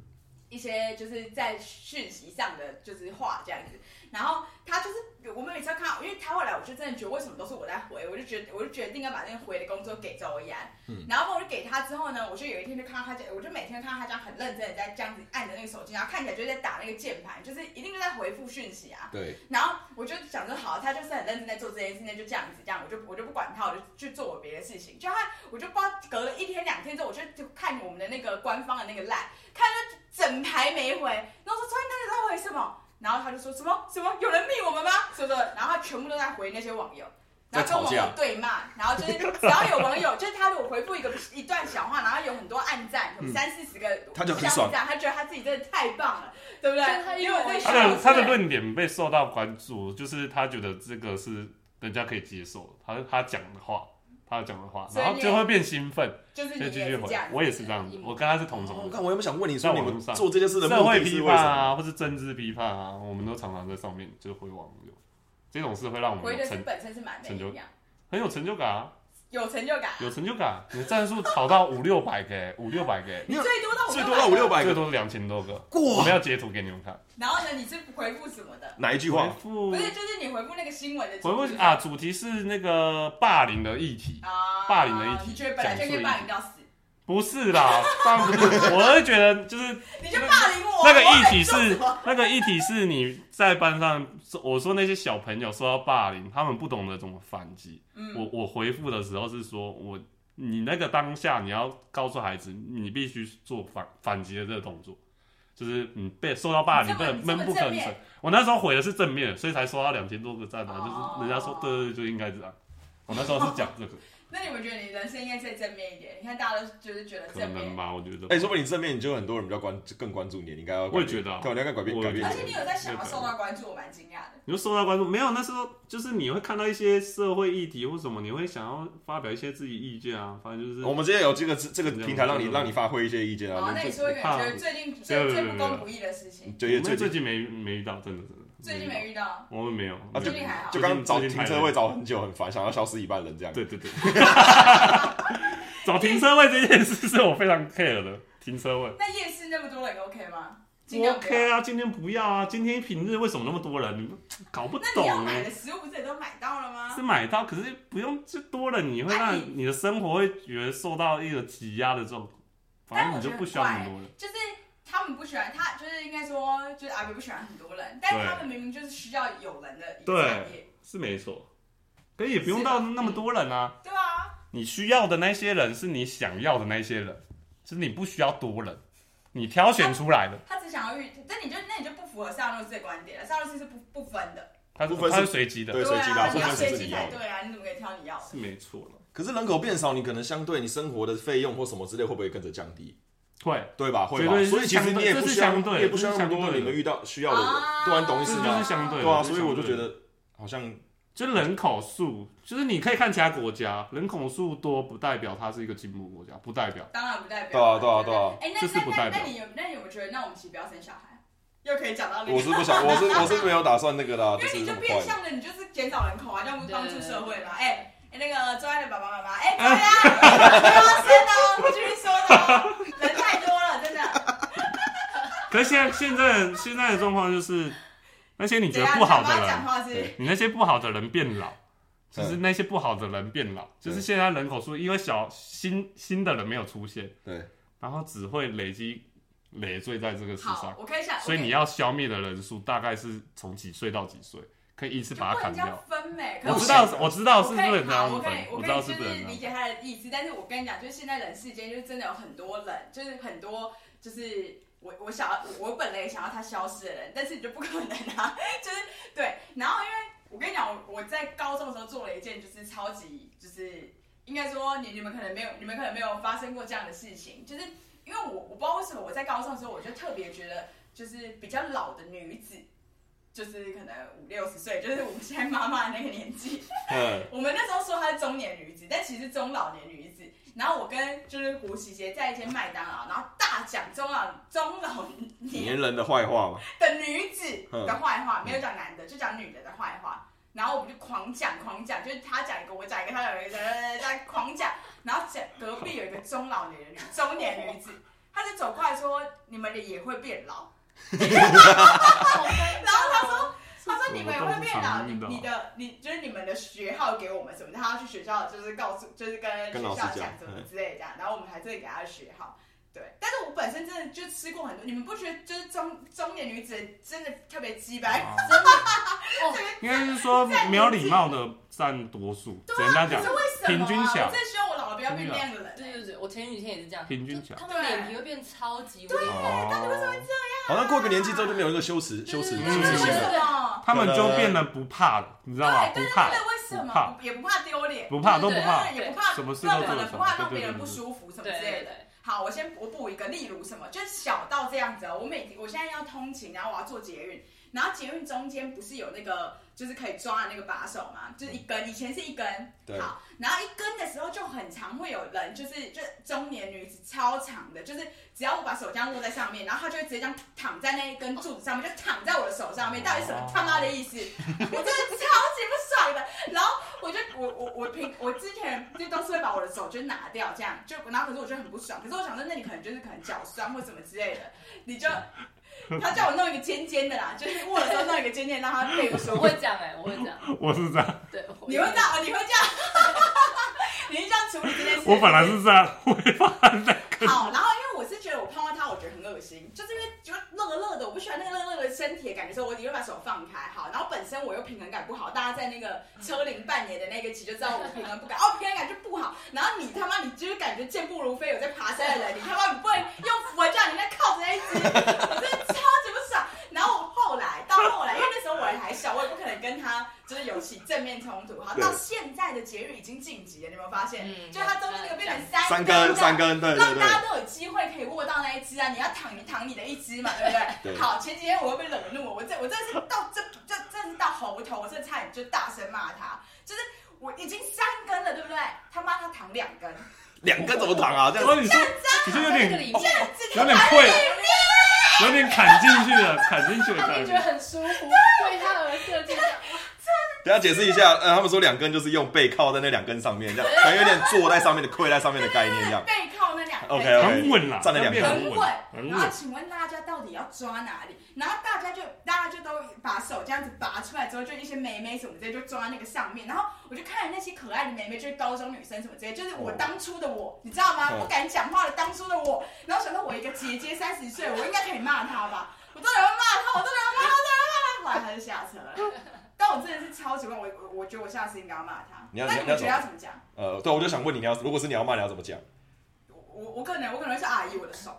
S1: 一些就是在讯息上的就是话这样子，然后他就是我们每次看到，因为他后来我就真的觉得为什么都是我在回，我就决我就决定要把那个回的工作给周一安，
S2: 嗯
S1: 然后我就给他之后呢，我就有一天就看到他这，我就每天看到他这样很认真的在这样子按着那个手机，然后看起来就是在打那个键盘，就是一定就在回复讯息啊，
S2: 对，
S1: 然后我就想说，好，他就是很认真在做这件事，那就这样子，这样我就我就不管他，我就去做我别的事情。就他，我就不知道隔了一天两天之后，我就就看我们的那个官方的那个赖，看他整排没回，然后说昨天那个在回什么，然后他就说什么什么有人密我们吗？什么的，然后他全部都在回那些网友。然后跟网友
S2: 在吵架
S1: 对骂，然后就是只要有网友，就是他如果回复一个一段小话，然后有很多暗赞，有
S2: 嗯
S1: 三四十个像这样，
S2: 他就很爽
S1: 他觉得他自己真的太棒了，对不对
S4: 就是他？
S1: 因为我在
S3: 他
S4: 一直
S1: 学
S3: 的他的
S1: 对
S3: 论点被受到关注，就是他觉得这个是人家可以接受的，他他讲的话，他讲的话，
S1: 所以
S3: 然后
S1: 你
S3: 就
S1: 也
S3: 会变兴奋，
S1: 就是你
S3: 就
S1: 也
S3: 继续
S1: 是
S3: 回
S1: 这样。。
S3: 我也是这样子，我跟他是同种
S2: 我
S1: 哦
S3: 的。
S2: 哦看我原本想问你说，你
S3: 在网
S2: 们
S3: 络上
S2: 做这件事的
S3: 社
S2: 目
S3: 会
S2: 的
S3: 批
S2: 是为
S3: 判
S2: 什么？
S3: 啊，或是政治批判啊，我们都常常在上面就是回网友，这种事会让我们
S1: 回
S3: 有
S1: 的是
S3: 成
S1: 本身是蛮的
S3: 成就
S1: 营养，
S3: 很有成就感啊，
S1: 有成就感啊。
S3: 有成就感。你的战术炒到五六百个欸，五六百个欸，
S1: 你最多到
S2: 最多到五六
S1: 百，
S2: 百
S3: 最
S2: 个，
S3: 多两千多个。我
S2: 哇
S3: 们！要截图给你们看，
S1: 然后呢，你是回复什么的？
S2: 哪一句
S3: 回
S2: 话？
S3: 复
S1: 不是，就是你回复那个新闻的主
S3: 回
S1: 题
S3: 复啊，主题是那个霸凌的议题，
S1: 啊
S3: 霸凌的一题
S1: 你觉得本来就可以霸凌到死，
S3: 不是啦，当然不是，我会觉得就是
S1: 你就霸凌我，
S3: 那个
S1: 哦我
S3: 议
S1: 很
S3: 题
S1: 重
S3: 是
S1: 什么
S3: 那个议题是你在班上，我说那些小朋友受到霸凌，他们不懂得怎么反击。
S1: 嗯，
S3: 我我回复的时候是说，我你那个当下你要告诉孩子，你必须做反反击的这个动作，就是你被受到霸凌，
S1: 你
S3: 不
S1: 这么
S3: 能闷不
S1: 你这么正
S3: 吭
S1: 面
S3: 声。我那时候回的是正面，所以才收到两千多个赞啊，
S1: 哦
S3: 就是人家说对对对，就应该这样。我那时候是讲这个，
S1: 那你们觉得你人生应该再正面一点？你看大家都就是觉得
S3: 可
S1: [laughs] 正
S3: 能
S1: 面，
S3: 吧，我觉得。
S2: 哎，说不定你正面你就很多人比较关更关注你，你应该要
S3: 我也觉得啊
S2: 对，你要改变
S3: 我
S2: 改
S3: 也
S2: 变
S3: 觉
S1: 而
S3: 得
S1: 且你有在想要受到关注，我蛮惊讶的。
S3: 你就受到关注没有？那时候就是你会看到一些社会议题或什么，你会想要发表一些自己意见啊，反正就是
S2: 我们今天有这个这个平台让你
S3: 嗯
S2: 让你发挥一些意见
S1: 好
S3: 哦
S2: 啊，，
S1: 那
S2: 就
S1: 你说一个你
S3: 怕
S1: 觉得最近
S3: 对
S1: 最
S3: 对
S1: 最
S3: 对
S1: 不
S3: 对嗯
S1: 公不义的事情，
S2: 就
S3: 我
S2: 也
S3: 们
S2: 最
S3: 最
S2: 近
S3: 近没没遇到，真的真的
S1: 最近没遇到，
S3: 我们没有，
S2: 啊就
S1: 最近还好
S2: 就刚找
S3: 最
S2: 停
S3: 近太
S2: 车
S3: 累
S2: 位
S3: 了
S2: 找很久很烦，想要消失一半人这样。
S3: 对对对， [laughs] 找停车位这件事是我非常 care 的。停车位
S1: 那夜市那么多人 OK 吗？尽量不要
S3: OK 啊，今天不要啊，今天平日为什么那么多人？你们搞不
S1: 那你要
S3: 懂
S1: 买
S3: 哎、
S1: 的食物不是也都买到了吗
S3: 是？买到，可是不用就多了，你会
S1: 哎
S3: 让你的生活会觉得受到一个挤压的状况，反正你就不需要很多人。
S1: 就是他们不喜欢他，就是应该说，就是阿北不喜欢很多人，但是他们明明就是需要有人的一个产业，
S3: 是没错，可也不用到那么多人啊。
S1: 对啊，
S3: 你需要的那些人是你想要的那些人，就是你不需要多人，你挑选出来的。
S1: 他只想要遇，那你就那你就不符合上路士的观点了，上路士是不不分的，
S3: 它是
S2: 部分是
S3: 它是随机的，
S2: 对随机的
S1: 啊，
S2: 部
S1: 你要
S2: 分是
S1: 随
S2: 自
S1: 机
S2: 己要
S1: 才
S2: 的。
S1: 对啊，你怎么可以挑你要的？
S3: 是没错了。
S2: 可是人口变少，你可能相对你生活的费用或什么之类会不会跟着降低？
S3: 对，
S2: 对吧？会吧
S3: 绝对。是
S2: 所以其实你也不
S3: 这是
S2: 需要，
S3: 相对
S2: 你也不需要那么
S3: 这是相
S2: 多
S3: 对的
S2: 你们遇到需要的人
S1: 啊，
S2: 突然懂意
S3: 这
S2: 思
S3: 就
S2: 吗
S3: 是？相对的，
S2: 对啊，
S3: 这
S2: 所
S3: 就是
S2: 以我就觉
S3: 相对的，
S2: 得好像
S3: 就人口数，就是你可以看其他国家，人口数多不代表它是一个进步国家，不代表。
S1: 当然不代表，
S2: 对啊对啊对啊。
S1: 哎，那
S3: 这是不
S1: 那那
S3: 代表
S1: 那你有那你有没有觉得，那我们其实不要生小孩，又可以讲到那
S2: 我
S1: 个。
S2: 是不想，我是我是没有打算那个啦，
S1: 因为
S2: 是
S1: 你
S2: 这
S1: 就
S2: 么
S1: 变
S2: 快的。
S1: 相的，你就是减少人口啊，这样不是帮助社会吗？哎、哎那个周安的爸爸妈妈，哎、对啊，
S3: [laughs]
S1: 不要生哦，不继续说的哦，人太多了，真的。
S3: 可是现在现在的现在的状况就是，那些你觉
S1: 怎
S3: 得
S1: 样？
S3: 不好
S1: 你妈
S3: 的人
S1: 讲，话是
S3: 你那些不好的人变老，就是那些不好的人变老，就是现在人口数，因为小新新的人没有出现，
S2: 对，
S3: 然后只会累积累赘在这个世
S1: 好
S3: 上，，
S1: 我可以想，
S3: 所以你
S1: 要
S3: 要消灭的人数大概是从几岁到几岁，可以依次
S1: 就
S3: 把
S1: 不
S3: 它
S1: 能
S3: 砍
S1: 这样
S3: 掉。
S1: 分美、可
S3: 我
S1: 是
S3: 知
S1: 想
S3: 道，我知道是
S1: 我
S3: 不
S1: 可以
S3: 能这样
S1: 好我可
S3: 分
S1: 以，，
S3: 我知
S1: 可以
S3: 道
S1: 就是
S3: 不能这
S1: 理
S3: 样
S1: 解他的意思，但是我跟你讲，就是现在人世间就是真的有很多人，就是很多就是我我想要我本来也想要他消失的人，但是你就不可能啊，就是对。然后因为我跟你讲，我我在高中的时候做了一件就是超级就是应该说你你们可能没有你们可能没有发生过这样的事情，就是因为我我不知道为什么我在高中的时候我就特别觉得就是比较老的女子。就是可能五六十岁，就是我们现在妈妈的那个年纪，
S2: 嗯，
S1: 我们那时候说她是中年女子，但其实是中老年女子。然后我跟就是胡喜杰在一间麦当劳，然后大讲中老中老年
S2: 年人的坏话嘛，
S1: 的女子的坏话，没有讲男的，就讲女的的坏话。然后我们就狂讲狂讲，就是他讲一个，我讲一个，他讲一个，在狂讲。然后讲隔壁有一个中老年的女中年女子，他就走过来说：“你们也会变老。”
S4: 然后他说，
S1: 他说：“你们也会变老，
S3: 我
S1: 你
S3: 们都不常
S1: 你
S3: 遇到
S1: 的你就是你们的学号给我们什么的，他要去学校就是告诉，就是跟学
S2: 跟
S1: 校
S2: 老师讲
S1: 讲什么之类的这样，然后我们还真的给他学号。”对，但是我本身真的就吃过很多，你们不觉得就是中中年女子真的特别鸡
S3: 啊
S1: 掰？
S4: 真的
S3: 应该是说没有礼貌的占多数，只能这样
S1: 可
S3: 讲
S1: 是。为什么、啊？
S3: 平均起来
S1: 我真的希望我老了不要变那样的人、欸
S4: 对对对，我前几天也是这样，
S3: 平均起来
S4: 就他们脸皮会变超级微，
S3: 哦，
S2: 好像过个年纪之后就没有那个羞耻、羞耻、
S4: 对
S2: 羞
S1: 对对，
S2: 耻
S1: 为
S2: 心
S3: 嗯
S2: 了。
S1: 什么？
S3: 他们就变得不怕了，你知道吗？
S1: 对
S3: 不
S1: 对对
S3: 怕，
S1: 对，为什
S3: 不怕
S1: 么？也不怕丢脸，
S3: 不怕，都
S4: 对
S3: 不
S4: 对
S3: 怕。
S1: 也不怕
S3: 什么事
S1: 那
S3: 都
S1: 可
S3: 做得
S1: 能
S3: 成
S1: 不怕让
S3: 对对对
S1: 别人
S3: 对
S1: 不
S3: 对
S1: 舒服什么
S4: 对
S1: 之类
S4: 对
S1: 的。
S4: 对，
S1: 好，我先我补一个，例如什么，就是小到这样子哦。我每天我现在要通勤，然后我要坐捷运，然后捷运中间不是有那个就是可以抓的那个把手嘛，就是一根，以前是一根，
S2: 对
S1: 好，然后一根的时候就很常会有人，就是就中年女子超长的，就是只要我把手这样落在上面，然后她就会直接这样躺在那一根柱子上面，就躺在我的手上面，到底什么他妈的意思？我真的超级不爽的。然后我就我我我平我之前就都是会把我的手就拿掉，这样就然后可是我就很不爽，可是我想说，那你可能就是可能脚酸或什么之类的，你就他叫我弄一个尖尖的啦，就是握的时候弄一个尖尖，让他背不舒
S4: 我
S1: 服。
S4: 会讲哎，我会讲，
S3: 我是这样，
S4: 对，我
S1: 你会这样，哦你会这样，你是这样处理这件事？
S3: 我本来是这样，
S1: 好，然后因为我是觉得我碰到它，我觉得很恶心，就是因为觉得热热的，我不喜欢那个热热的身体的感觉，所以我一定会把手放开。好，然后本身我又平衡感不好，大家在那个车龄半年的那个期就知道我平衡不感，哦，平衡感就不好。然后你他妈，你就是感觉健步如飞，有在爬山的人，你他妈你不能用扶啊，叫人家靠着那一只，我真的超级不爽。然后后来到后来，因为那时候我还小，我也不可能跟他就是有起正面冲突。好，
S2: 对
S1: 到现在的节日已经晋级了，你有没有发现？
S4: 嗯
S1: 就是他中间那个变成三
S2: 三根，
S1: 这样
S2: 三根，对对
S1: 让大
S2: 对，
S1: 家都有机会可以握到那一只啊！你要躺，你躺你的一只嘛，对不对？
S2: 对
S1: 好，前几天我又被惹怒，我这我真的是到这这真是到喉头，我这差点就大声骂他，就是我已经三根了，对不对？他妈他躺两根，
S2: 哦两根怎么躺啊？这
S3: 所
S2: 样
S3: 以你是你是有
S4: 那个
S3: 点
S4: 里
S1: 这
S4: 面
S1: 样子
S3: 有点跪，有点砍进去了，砍进去了
S4: 他
S3: 感
S4: 们觉得
S3: 觉。
S4: 很舒服，对他而设计的，
S2: 等一下解释一下，呃，他们说两根就是用背靠在那两根上面，这样，可能有点坐在上面的、跪在上面的概念这样。
S1: 背靠那两根
S2: OK，OK
S3: 很稳啦，
S2: 站了两
S3: 变
S2: 步
S3: 很
S1: 很
S3: 稳
S1: 稳，。
S3: 很
S1: 然后
S3: 稳。
S1: 请问大家到底要抓哪里？然后大家就大家就都把手这样子拔出来之后，就一些妹妹什么之类就抓那个上面。然后我就看着那些可爱的妹妹，就是高中女生什么之类，就是我当初的我，你知道吗？
S2: 嗯
S1: 不敢讲话的当初的我。然后想到我一个姐姐三十岁，我应该可以骂她吧？我到底要骂她？我到底要骂她？我到底要骂她？后来她就下车了。但我真的是超喜欢我，我我觉得我下次应该要骂她。
S2: 你要
S1: 那
S2: 你
S1: 你
S2: 要
S1: 们觉得
S2: 你要
S1: 要怎么讲？
S2: 呃，对，我就想问你，你要如果是你要骂，你要怎么讲？
S1: 我我我可能我可能会说阿姨我的手，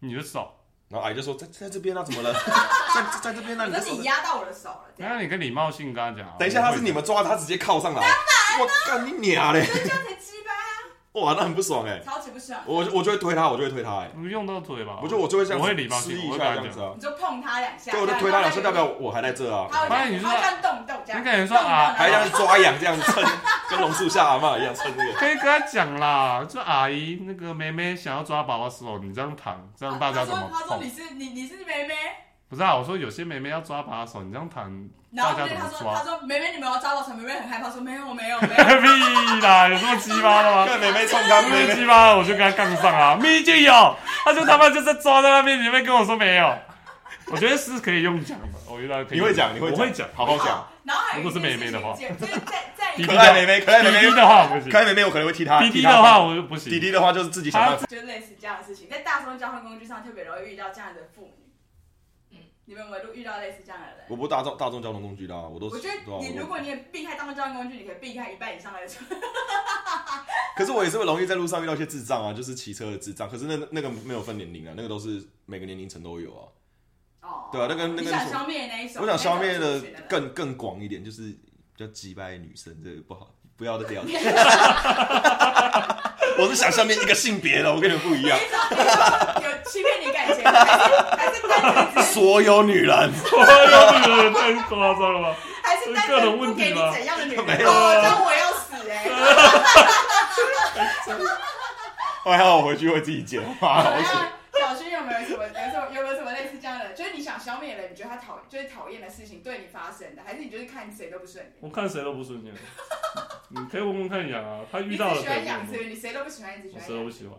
S3: 你的手，
S2: 然后阿姨就说在在这边啊，怎么了？ [laughs] 在在这边啊，
S1: 可
S2: 你的
S1: 是
S2: 手
S1: 你压到我的手了。这样
S3: 那你跟礼貌性跟他讲啊。
S2: 等一下，他是你们抓他，直接靠上来。
S1: 啊
S2: 我干你娘嘞！ [laughs]
S1: 这样才鸡巴，
S2: 哇，那很不爽哎。
S1: 超级不爽。
S2: 我我就会推他，我就会推他哎。
S3: 你用到腿吧？
S2: 我就我就会这样，
S3: 我会礼貌
S2: 示
S3: 性，
S2: 意
S3: 我
S2: 一
S3: 会
S2: 下
S3: 跟
S2: 这
S3: 他
S2: 样子
S3: 讲。
S2: 啊。
S1: 你就碰他两下，
S2: 对，我就推他两下，代表我还在这啊。
S1: 他会
S3: 发现
S1: 这
S3: 你
S1: 样，
S3: 是
S1: 他会这样动动这
S3: 你
S1: 样，
S3: 感觉说啊，
S2: 还这样抓痒，这样撑，跟榕树下阿嬷一样撑这
S3: [laughs]
S2: 个。
S3: 可以跟他讲啦，就阿姨那个妹妹想要抓宝宝的时候，你这样躺，这样大家怎么
S1: 他说他说
S3: 碰
S1: 你？是你你是妹妹，
S3: 不是啊，我说有些妹妹要抓宝宝的手，你这样躺， [laughs]
S1: 然
S3: 大
S1: 后
S3: 家
S1: 对
S3: 怎
S1: 他
S3: 么
S1: 说他
S3: 抓？
S1: 说妹妹你们要抓到什么？妹妹很害怕，说没有没有没有。
S3: 屁啦，有这么鸡巴
S2: [laughs]
S3: 的吗？
S2: 看妹妹冲他，妹
S3: 那
S2: 妹
S3: 鸡巴，我就跟他杠上啊！明明就有，他就他妈就在抓在那边，你会跟我说没有？我觉得是可以用讲的，我觉得可以。
S2: 你会讲你会
S3: 我
S2: 讲
S3: 会讲，
S2: 好 [laughs] 好讲。
S1: 然后还有
S3: 如果是
S1: 一件事
S3: 妹妹
S1: 情
S3: 的话
S1: 就是
S3: [laughs]
S1: 在在一
S3: 弟
S1: 个
S3: 弟
S2: 可爱妹妹，可爱
S3: 滴
S2: 妹
S3: 滴
S2: 妹，
S3: 的话我不
S2: 可
S3: 行，
S2: 爱妹妹，我可能会踢她。
S3: 滴滴
S2: 踢
S3: 的
S2: 她
S3: 话，我啊就不行。
S2: 滴滴的话就是自己想办法。
S1: 就类似这样的事情，在大众交通工具上特别容易遇到这样的妇女。嗯，你们有没有遇到类似这样的人？
S2: 我不大众大众交通工具的啊，我都
S1: 我
S2: 是
S1: 觉
S2: 对
S1: 得
S2: 啊
S1: 你
S2: 我
S1: 如
S2: 都
S1: 果你也避开大众交通工具，你可以避开一半以上的车。
S2: 可是我也是会容易在路上遇到一些智障啊，就是骑车的智障。可是那那个没有分年龄啊，那个都是每个年龄层都有啊。
S1: [laughs] 哦，
S2: 对啊那跟那跟
S1: 你想消灭那一种，
S2: 我想消灭
S1: 那
S2: 的
S1: 种族群人
S2: 更更广一点，就是比较击败女生，这个不好，不要的掉。我是想消灭一个性别的，我跟你们不一样，
S1: 有欺骗你感情，还是还是单纯只是
S2: 所有女
S3: [laughs]
S2: 人。
S3: 哎呦，这个人太夸张了吧！
S1: 还是单纯不给你怎样的女人？
S2: 没
S3: 有啊
S1: 哦，那我要死哎、
S3: 哎
S2: 还好我回去会自己剪，
S3: 啊
S2: 妈的，我死
S1: 那小薰有没有什么有什么有没有什么类似这样的？就是你想消灭人，你觉得他讨就是讨厌的事情对你发生的，还是你就是看谁都不顺眼？
S3: 我看谁都不顺眼。你可以问问看杨啊，他
S1: 你
S3: 遇
S1: 只
S3: 到了
S1: 喜
S3: 可以
S1: 欢
S3: 问
S1: 养
S3: 问
S1: 殖，你谁都不喜欢，你只喜
S3: 我
S1: 欢
S3: 谁都
S1: 养。
S3: 不喜欢。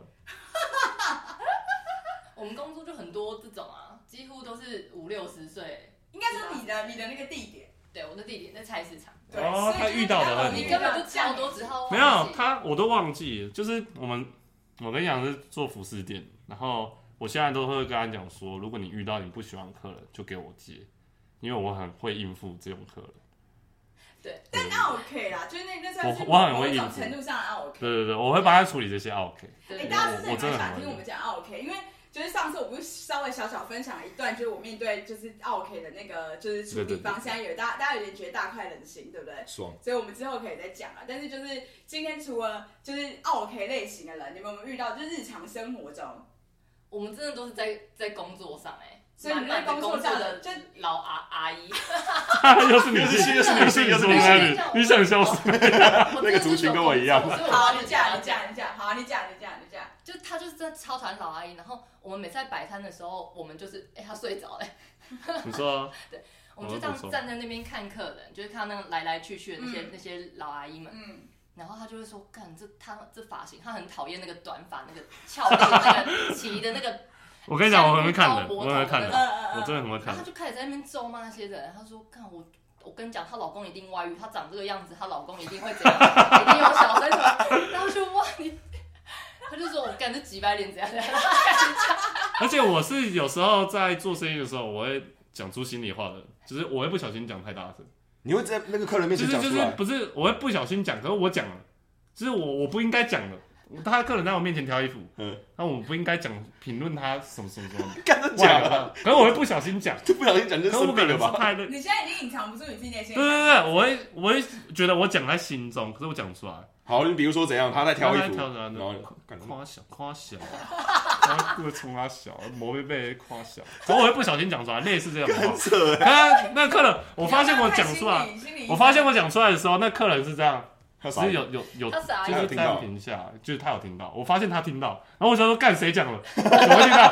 S4: 我们工作就很多这种啊，几乎都是五六十岁。
S1: 应该说你的你的那个地点，
S4: 对，我的地点在菜市场，
S1: 对，所
S3: 哦
S1: 以
S3: 他
S1: 就是
S3: 遇到的
S1: 比较容易
S4: 你
S3: 问题
S4: 根本
S1: 遇
S4: 就
S1: 到
S4: 超多之后
S3: 没有他，我都忘记了，就是我们，我跟你讲是做服饰店，然后我现在都会跟他讲说，如果你遇到你不喜欢的客人，就给我接，因为我很会应付这种客人。
S4: 对，
S1: 但那 OK 啦，就是那那算是
S3: 我我很会
S1: 某
S3: 应
S1: 种
S3: 付
S1: 程度上的 OK。
S3: 对对对，我会帮他处理这些啊 OK。
S1: 哎、
S4: 对，
S1: 大家是不是
S3: 我
S1: 也
S3: 我真
S1: 蛮
S3: 的
S1: 想
S3: 很
S1: 听
S3: 会
S1: 我们讲 OK？因为就是上次我不是稍微小小分享了一段，就是我面对就是 OK 的那个就是处
S3: 对对
S1: 理
S3: 对
S1: 方，现在有大家大家有点觉得大快人心，对不对？
S2: 爽。
S1: 所以我们之后可以再讲啊。但是就是今天除了就是奥 K 类型的人，你们有没有遇到？就是日常生活中，
S4: 我们真的都是在在工作上哎，
S1: 所以你们在
S4: 满满
S1: 工作
S4: 的工
S1: 上
S4: 作
S1: 的
S4: 的
S1: 就
S4: 老阿
S2: [laughs]
S4: 阿姨，
S3: 又是女性，
S2: 又是女性
S3: 又
S2: 又
S3: 是
S2: 是
S3: 女
S2: 女
S3: 性
S2: 性
S3: 在哪里，你想消失？
S4: 我
S2: 那个族群跟我一样
S4: 真的是有工作
S1: 好，你讲，你讲，你讲，好，你讲，你讲，你讲。
S4: 就他就是真的超讨厌老阿姨。然后我们每次在摆摊的时候，我们就是哎、他睡着了、
S3: 你说啊
S4: 我们就这样站在那边看客人，就是看那个来来去去的那些、
S1: 嗯
S4: 那些老阿姨们。
S1: 嗯，
S4: 然后他就会说：“干这他这发型，他很讨厌那个短发、那个翘辫、那个 [laughs] 齐的那个。
S3: 我跟你讲，我很会看的，我很会看
S1: 嗯
S3: 的，
S1: 嗯
S3: 我
S1: 嗯
S3: 真的很会”
S4: 然
S3: 看
S4: 后
S3: 的。
S4: 他就开始在那边咒骂那些人。他说：“干我，我跟你讲，她老公一定外遇，她长这个样子，她老公一定会怎样， [laughs] 一定有小三什么。”然后就哇你， [laughs] 他就说：“我干这几百脸怎样 [laughs] 怎样。”
S3: 而且我是有时候在做生意的时候，我会讲出心里话的，就是我会不小心讲太大声。
S2: 你会在那个客人面
S3: 就
S2: 前
S3: 是
S2: 讲
S3: 就
S2: 出
S3: 是
S2: 来，
S3: 不是我会不小心讲，可是我讲了，就是我我不应该讲的。他客人在我面前挑衣服，
S2: 嗯，
S3: 那我不应该讲评论他什么什么什
S2: [laughs]
S3: 么，
S2: 干这讲
S3: 哇
S2: 啊，
S3: 可是我会不小心讲，
S2: 就不小心讲就
S3: 可是我
S2: 生
S3: 可
S2: 病
S3: 能
S2: 了
S3: 是
S2: 吧？
S3: 太
S1: 嗯
S3: 对
S1: 你现在已经隐藏不住你自己内心
S3: 对
S1: 的感
S3: 对
S1: 受。
S3: 对，我会我会觉得我讲在心中，可是我讲不出来，
S2: 好，你比如说怎样，他在挑衣服，
S3: 挑
S2: 然
S3: 然
S2: 后
S3: 后
S2: 干
S3: 夸小夸小，然后个冲他小，魔被被夸小，可是我会不小心讲出来，类似这样
S2: [laughs]
S3: 的话
S2: 很。扯欸，
S3: 他那客人，我
S1: 我
S3: 发现我讲出来，，我发现我讲出来的时候，那客人是这样。
S2: 他
S3: 只
S2: 傻
S3: 是
S2: 眼
S3: 有有有，
S4: 他傻
S3: 就
S2: 他
S3: 是
S4: 眼
S2: 有听
S3: 暂
S2: 到
S3: 停下，就是他有听到，我发现他听到，然后我想说干谁讲了，怎么会听到？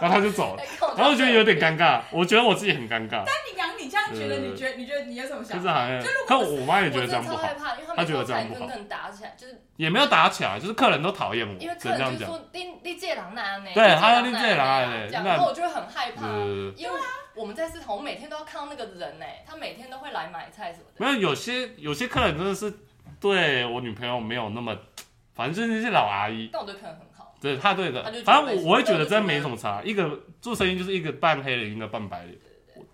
S3: 然后他就走
S4: 哎
S3: 了，然后我觉得有点尴尬，我觉得我自己很尴尬，
S1: 那你养你这样觉得，
S3: 对对对
S1: 你觉得你觉得你有什么
S3: 就
S1: 想
S3: 是
S1: 法？
S3: 好像
S1: 就如，
S3: 可
S1: 果
S3: 我妈也觉得
S4: 我真
S3: 这样
S4: 的
S3: 不
S4: 超
S3: 好
S4: 害，怕，因为
S3: 他
S4: 他
S3: 觉
S4: 们
S3: 得
S4: 有
S3: 这
S4: 时
S3: 样
S4: 候
S3: 不好
S4: 跟跟打起来，就是
S3: 也没有打起来，就是客人都讨厌我，
S4: 因为
S3: 只能这
S4: 客人
S3: 样
S4: 就是
S3: 讲。
S4: 说你你这人哪样呢？
S3: 对
S4: 你这
S3: 他
S4: 人
S3: 说你这人
S4: 哪
S3: 哪样
S4: 样
S3: 呢
S4: 呢这样，
S3: 那
S4: 然后我就会很害怕，
S3: 呃，
S4: 因为我们在市场，我每天都要看到那个人呢，他每天都会来买菜什么的。
S3: 没有有些有些客人真的是对我女朋友没有那么，反正就是那些老阿姨，
S4: 但我对朋友很好，
S3: 对她对的
S4: 她就，觉得
S3: 反正
S4: 没事啊
S3: 我我会觉得真的没什么差，一个做生意就是一个半黑脸，一个半白脸，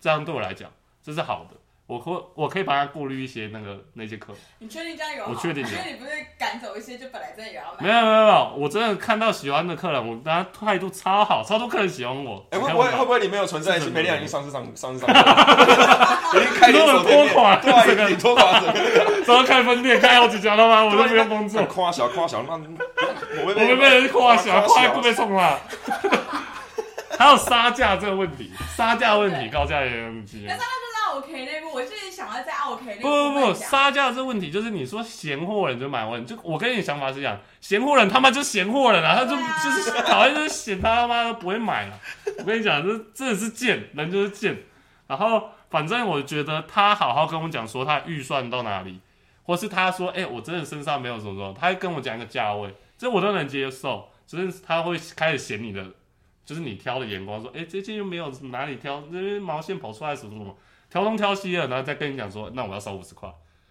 S3: 这样对我来讲这是好的，我会我可以帮他过滤一些那个那些客人，
S1: 你确定这样有好？
S3: 我确定有
S1: 你觉得你不是赶走一些就本来在有要买
S3: 没？有没有没有，我真的看到喜欢的客人，我对他态度超好，超多客人喜欢我，
S2: 哎，
S3: 你
S2: 会
S3: 看
S2: 不会
S3: 我
S2: 会不会你没有存在的
S3: 是
S2: 新
S3: 很
S2: 美
S3: 多
S2: 丽已经上市上上市上市，已
S3: [laughs]
S2: 经开连锁店
S3: 都很拖垮
S2: 面，
S3: 这个
S2: 对，已经啊拖垮整个，
S3: 然后开分店开好几家他妈我都不用工作，
S2: 夸小夸
S3: [laughs]
S2: 小，那我
S3: 我
S2: 会
S3: 们被人夸小，
S2: 夸
S3: 夸
S2: 小
S3: 不被冲 [laughs] 了。还有杀价这个问题，杀价问题，高价也有问题
S1: 但。那 OK 那部，我就是想要在 OK 那
S3: 不
S1: 部
S3: 不不，
S1: 分讲。
S3: 杀价这问题就是你说闲货人就买问，就我跟你想法是一样，闲货人他妈就闲货人啊，他
S1: 对
S3: 就
S1: 啊
S3: 就是讨厌就是闲他他妈都不会买了。我跟你讲，这真的是贱，人就是贱。然后反正我觉得他好好跟我讲说他预算到哪里，或是他说哎、我真的身上没有什么什么，他跟我讲一个价位，这我都能接受。只是他会开始嫌你的，就是你挑的眼光说，哎、这件又没有哪里挑，这边毛线跑出来什么什么，挑东挑西的，然后再跟你讲说，那我要少五十块，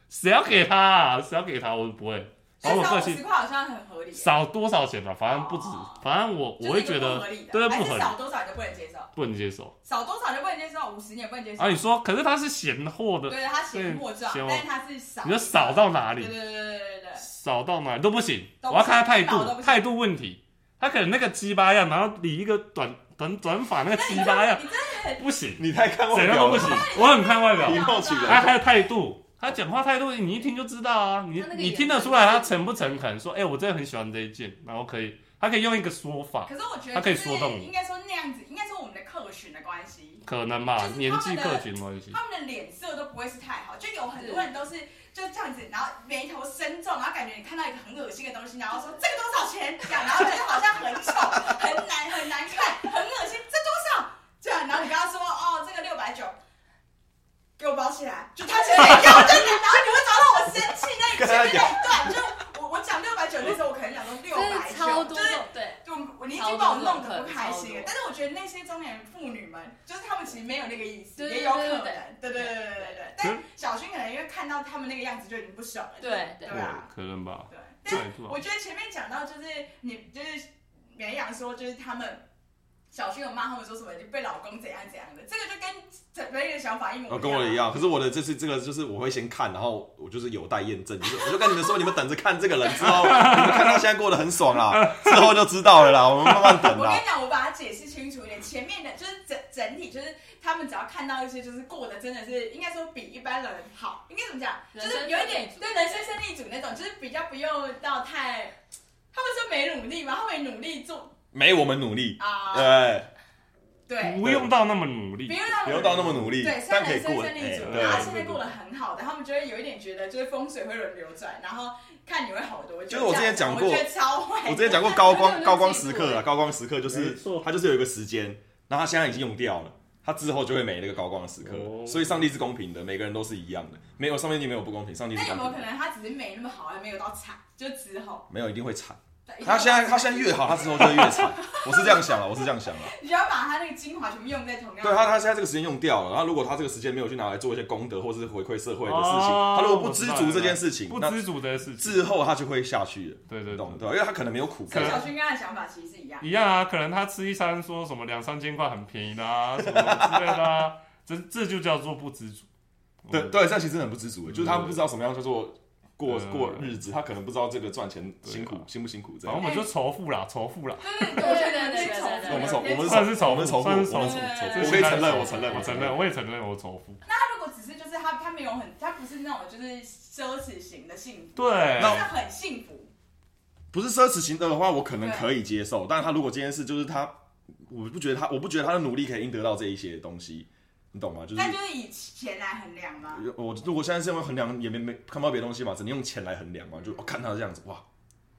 S3: 谁要给他、啊？谁要给他？我不会，反正我
S1: 少
S3: 个
S1: 五
S3: 性
S1: 十块好像很合理耶，
S3: 少多少钱吧，反正不止
S1: 哦，
S3: 反正我我
S1: 就是
S3: 会
S1: 一个
S3: 觉
S1: 不
S3: 得
S1: 合理的，
S3: 对不
S1: 还是
S3: 合理
S1: 少多少你就不能接受，
S3: 不能接受。
S1: 少多少就不能接受，五十你也不能接受
S3: 啊，。你说，可是他是闲货的，
S1: 对，他写货状，
S3: 对
S1: 但是他是少，
S3: 你说少到哪
S1: 对
S3: 里
S1: 对？对对对对。
S3: 少到哪里都不行，
S1: 都不行
S3: 我要看他态
S1: 少都不
S3: 度，
S1: 行
S3: 态度问题。他可能那个鸡巴样，然后理一个短短短发那个鸡巴样
S1: 你真，
S3: 不行。
S2: 你太看外
S3: 谁都
S2: 表
S3: 不
S2: 了 [laughs]
S3: 行，我很看外表
S2: 以。貌取
S3: 他
S2: 人，
S3: 还有态度，他讲话态度，你一听就知道啊，你
S4: 他那个
S3: 你
S4: 眼
S3: 听得
S4: 神
S3: 出来他诚不诚恳，说，哎、我真的很喜欢这一件，然后可以，他可以用一个说法，
S1: 可是我觉得
S3: 他可以
S1: 就是
S3: 说动你
S1: 应该说那样子，应该说我们的客群的关系，
S3: 可能吧
S1: 就是他，们的
S3: 年纪客群关系，
S1: 他们的脸色都不会是太好，就有很多人都是就这样子，然后眉头深皱，然后感觉你看到一个很恶心的东西，然后说这个多少钱，这样，然后觉得好像很丑、很难、很难看、很恶心，这多少？这样，然后你跟他说哦，这个六百九。给我包起来，就他觉得你要，就是然后你会找到我生气那一
S2: 跟他
S1: 句，对，就我我讲六百九那时候，我可能讲说六
S4: 真
S1: 百
S4: 的
S1: 九，
S4: 超多
S1: 就是
S4: 对，
S1: 就我我你已经把我弄得不开心了。但是我觉得那些中年妇女们，就是她们其实没有那个意思，
S4: 对
S1: 也有可
S4: 对对
S1: 能
S4: 对，
S1: 对对对对对对。但小薰可能因为看到他们那个样子就已经不爽了，
S4: 对
S1: 对
S4: 对
S1: 吧？
S3: 可能吧。
S1: 啊
S3: 啊
S1: 对。啊但
S3: 对吧
S1: 我觉得前面讲到就是你就是绵羊说就是他们小薰有骂他们说什么就被老公怎样怎样的，这个就跟整个的想法一模一
S2: 哦，
S1: 样。啊
S2: 跟我的一。样，可是我的这次这个就是我会先看，然后我就是有待验证，就是我就跟你们说，你们等着看这个人之后，你们看到现在过得很爽啦，之后就知道了啦，我们慢慢等
S1: 我跟
S2: 啦
S1: 你。讲，我把它解释清楚一点。前面的就是整整体，就是他们只要看到一些就是过得真的是应该说比一般人好，应该怎么讲，就
S4: 人
S1: 是
S4: 生
S1: 有一点
S4: 胜利组
S1: 对人生胜利组那种，就是比较不用到太，他们说没努力嘛，他们努力做
S2: 没我们努力，
S1: 啊、
S2: 对，
S1: 对，
S3: 不用到那么努
S1: 不
S3: 力，
S1: 用让
S2: 不用到那么努力
S1: 对，虽
S2: 但
S1: 然
S2: 可以
S1: 人生
S2: 过得
S1: 胜利组，
S2: 哎
S1: 然后
S2: 对
S1: 现在过得很好的，他们就会有一点觉得就是风水会轮流转，然后看你会好多久。
S2: 就是我之前讲过
S1: 我觉得超坏。
S2: 我之前讲过高
S4: 没有那
S2: 光
S4: 么
S2: 高光
S4: 记
S2: 时
S4: 住
S2: 刻啊，
S4: 欸
S2: 高光时刻就是
S3: 没错
S2: 它就是有一个时间，然后它现在已经用掉了，它之后就会没那个高光的时刻，
S3: 哦
S2: 所以上帝是公平的，每个人都是一样的，没有上面就没有不公平，上帝
S1: 那
S2: 是
S1: 有
S2: 公
S1: 没有可
S2: 平的，
S1: 能他只是没那么好，还没有到惨，就之后。
S2: 没有一定会惨。
S1: 对
S2: 他现在他现在越好，他之后就会越惨，我是这样想了，啊我是这样想了。
S1: 你只要把他那个精华全部用在同样的。
S2: 对他，他现在这个时间用掉了，然后如果他这个时间没有去拿来做一些功德或是回馈社会的事情，
S3: 哦
S2: 他如果不知足这件事情，
S3: 不
S2: 那
S3: 知足的事情。
S2: 之后他就会下去了，
S3: 对对
S2: 你
S3: 对
S2: 懂，对吧？因为他可能没有苦
S1: 所
S2: 干
S1: 以，小薰跟他的想法其实是一样。
S3: 一样啊，可能他吃一餐说什么两三千块很便宜
S2: [laughs]
S3: 啦、什么之类的、啊，这这就叫做不知足。
S2: 对对，这样其实很不知足，欸就是他
S3: 嗯
S2: 不知道什么样叫做过
S3: 嗯
S2: 过日子，他可能不知道这个赚钱
S3: 对啊
S2: 辛苦辛不辛苦这
S3: 反
S2: 样。
S3: 正我们就仇富啦，仇富啦，
S1: 对对，我觉得你是重
S4: 对
S2: 我们仇，我们
S3: 算是仇
S2: 我们仇富，我
S3: 算
S2: 们
S3: 是
S2: 仇
S3: 仇
S2: 富，
S1: 对
S2: 我可以承认，我承认，
S3: 我承认，。我也承认我仇富。
S1: 他如果只是就是他他没有很他不是那种就是奢侈型的幸福，
S3: 对，
S1: 他
S2: 那
S1: 是很幸福。
S2: 不是奢侈行的话，我可能可以接受，但是他如果今天是就是他，我不觉得他，我不觉得他的努力可以赢得到这一些东西，你懂吗？就是
S1: 但就是以钱来衡量吗？
S2: 我如果现在是用衡量，也没没看不到别的东西嘛，只能用钱来衡量嘛，就、哦看他这样子，哇，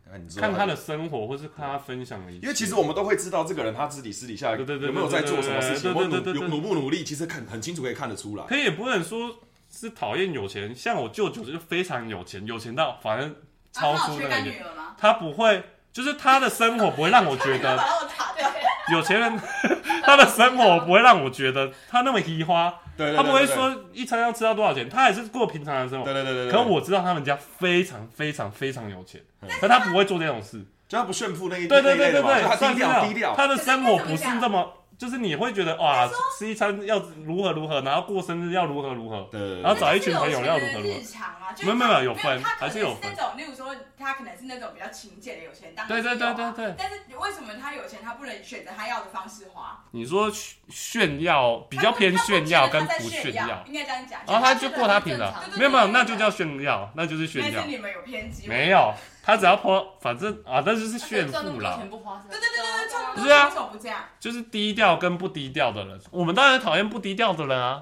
S2: 看你知道
S3: 看他的，生活，或是看他分享的一切。
S2: 因为其实我们都会知道这个人他自己私底下
S3: 对对对
S2: 有没有在做什么事情，
S3: 对
S2: 有
S3: 对
S2: 没有
S3: 对对
S2: 努
S3: 对
S2: 努不努力，其实看很清楚可以看得出来。
S3: 可也不能说是讨厌有钱，像我舅舅就非常有钱，有钱到反正超
S1: 啊他
S3: 出
S1: 有缺
S3: 那个
S1: 干
S3: 人，
S1: 女儿吗？
S3: 他不会，就是他的生活不会让我觉
S1: 他 [laughs]
S3: 得
S1: 把我打掉。
S3: 有钱人 [laughs] 他的生活不会让我觉得他那么移花，
S2: 对对对
S3: 他不会
S2: 对
S3: 说一餐要吃到多少钱，他还是过平常的生活。
S2: 对对对对对，
S3: 可我知道他们家非常非常非常有钱，可他不会做这种事。
S2: 就他不炫富那一
S3: 对对
S2: 那一类
S3: 对对
S2: 的嘛就
S3: 对，
S2: 他
S3: 算
S2: 低
S3: 是
S2: 调
S3: 那
S2: 低调，
S3: 他的生活不是这么，就是你会觉得哇，吃一餐要如何如何，然后过生日要如何如何。
S2: 对对对
S3: 然后
S2: 对
S3: 找一群朋友要如
S1: 这
S3: 何
S1: 就
S3: 如何
S1: 是日常啊，就是
S3: 没有没有没有有分
S1: 他可
S3: 还
S1: 能
S3: 是有
S1: 那种，例如说他可能是那种比较勤俭的有钱，当然
S3: 对对
S1: 是有啊
S3: 对对对
S1: 但是为什么他有钱，他不能选择他要的方式花？
S3: 你说炫炫耀比较偏炫耀跟不炫
S1: 耀，
S3: 耀，
S1: 应该这样讲。
S3: 然后他就过他平常
S4: 正，常
S3: 没有没有，那就叫炫耀，那就是
S1: 但
S3: 炫耀
S1: 是。你们有偏激，
S3: 没有，他只要泼，反正啊，那就是炫
S4: 赚那
S3: 富
S4: 么多
S3: 啦
S4: 钱。不花是吧
S1: 对对对对对，这么多
S3: 不是啊
S1: 为什么不这样？
S3: 就是低调跟不低调的人，我们当然讨厌不低调的人啊，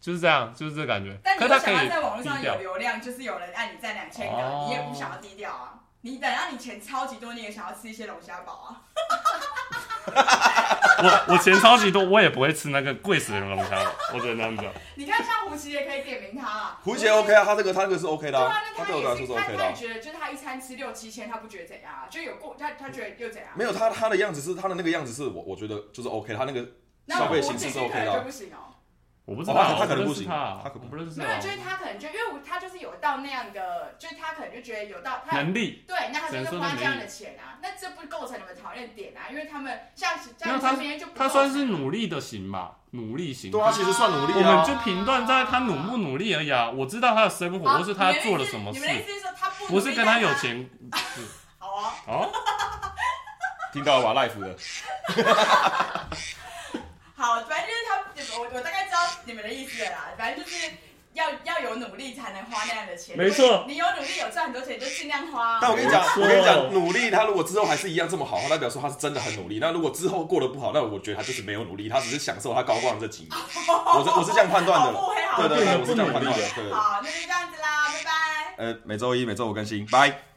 S3: 就是这样，就是这感觉。
S1: 但你
S3: 可
S1: 又
S3: 是他可
S1: 想要在网络
S3: 以低
S1: 上有
S3: 调，
S1: 流量，就是有人按你赞两千个，
S3: 哦
S1: 你也不想要低调啊。你等到你钱超级多，你也想要吃一些龙虾堡啊。
S3: 我我钱超级多，我也不会吃那个贵死人的龙虾，我只能这样讲。
S1: 你看，像胡奇也可以点名他啊。
S2: 胡姐 OK 啊，他这个他这个是 OK 的
S1: 对
S2: 啊
S1: 啊，，那
S2: 他
S1: 他
S2: 对我来
S1: 也
S2: 说是
S1: 是，他
S2: OK 的
S1: 他也
S2: 啊。
S1: 觉得就是他一餐吃六七千，他不觉得怎样啊，就有过他他觉得又怎样。
S2: 没有他他的样子是他的那个样子是我我觉得就是 OK，他那个 [laughs]
S1: 那
S2: 消费
S1: 胡
S2: 形
S1: 奇
S2: 式是
S1: 可
S2: OK
S1: 能
S2: 的
S1: 就
S2: 啊
S1: 不。行哦。
S3: 我不知道，
S2: 哦他
S3: 我
S2: 他可能
S3: 认
S2: 不
S3: 识
S2: 行
S3: 他，啊
S2: 他可能
S3: 我不认识
S1: 没有，就是
S3: 他。
S1: 他可能就因为他就是有到那样的，就是他可能就觉得有到他
S3: 能力，
S1: 对，那他就是花这样的钱啊，那这不构成你们讨厌点啊，因为他们像
S3: 没
S1: 像
S3: 有他
S1: 这边就不
S3: 他
S1: 构
S3: 算
S1: 成
S3: 是努力的型吧，努力型。
S2: 对啊，其实算努
S3: 我
S2: 力
S3: 们
S2: 啊。
S3: 就评断在他努不努力而已啊。我知道他的生活，
S1: 啊
S3: 或是他做了什么
S1: 你
S3: 事
S1: 们，的意思是说他不
S3: 不是跟他有
S1: 努力
S3: 钱。
S1: 但他好啊？
S3: 哦，
S2: 听到了吧
S1: [laughs]
S2: ，Life 的，
S1: 好，反正就是他，我我大概知道你们的意思了啦。反正就是要要有努力才能花那样的钱。
S3: 没错
S1: 你有努力有赚很多钱就尽量花。
S2: 但我跟你讲，
S3: 没错
S2: 我跟你讲，努力他如果之后还是一样这么好，他代表说他是真的很努力。那如果之后过得不好，那我觉得他就是没有努力，他只是享受他高光的这几年。我是我是这样判断
S1: 好
S2: 的
S1: 哦不
S2: 啦，
S1: 会好
S2: 对
S1: 不
S2: 对
S1: 会
S2: 对，我是这样判断的。对，对对
S1: 好，那就这样子啦，拜拜。
S2: 呃，每周一每周五更新，拜。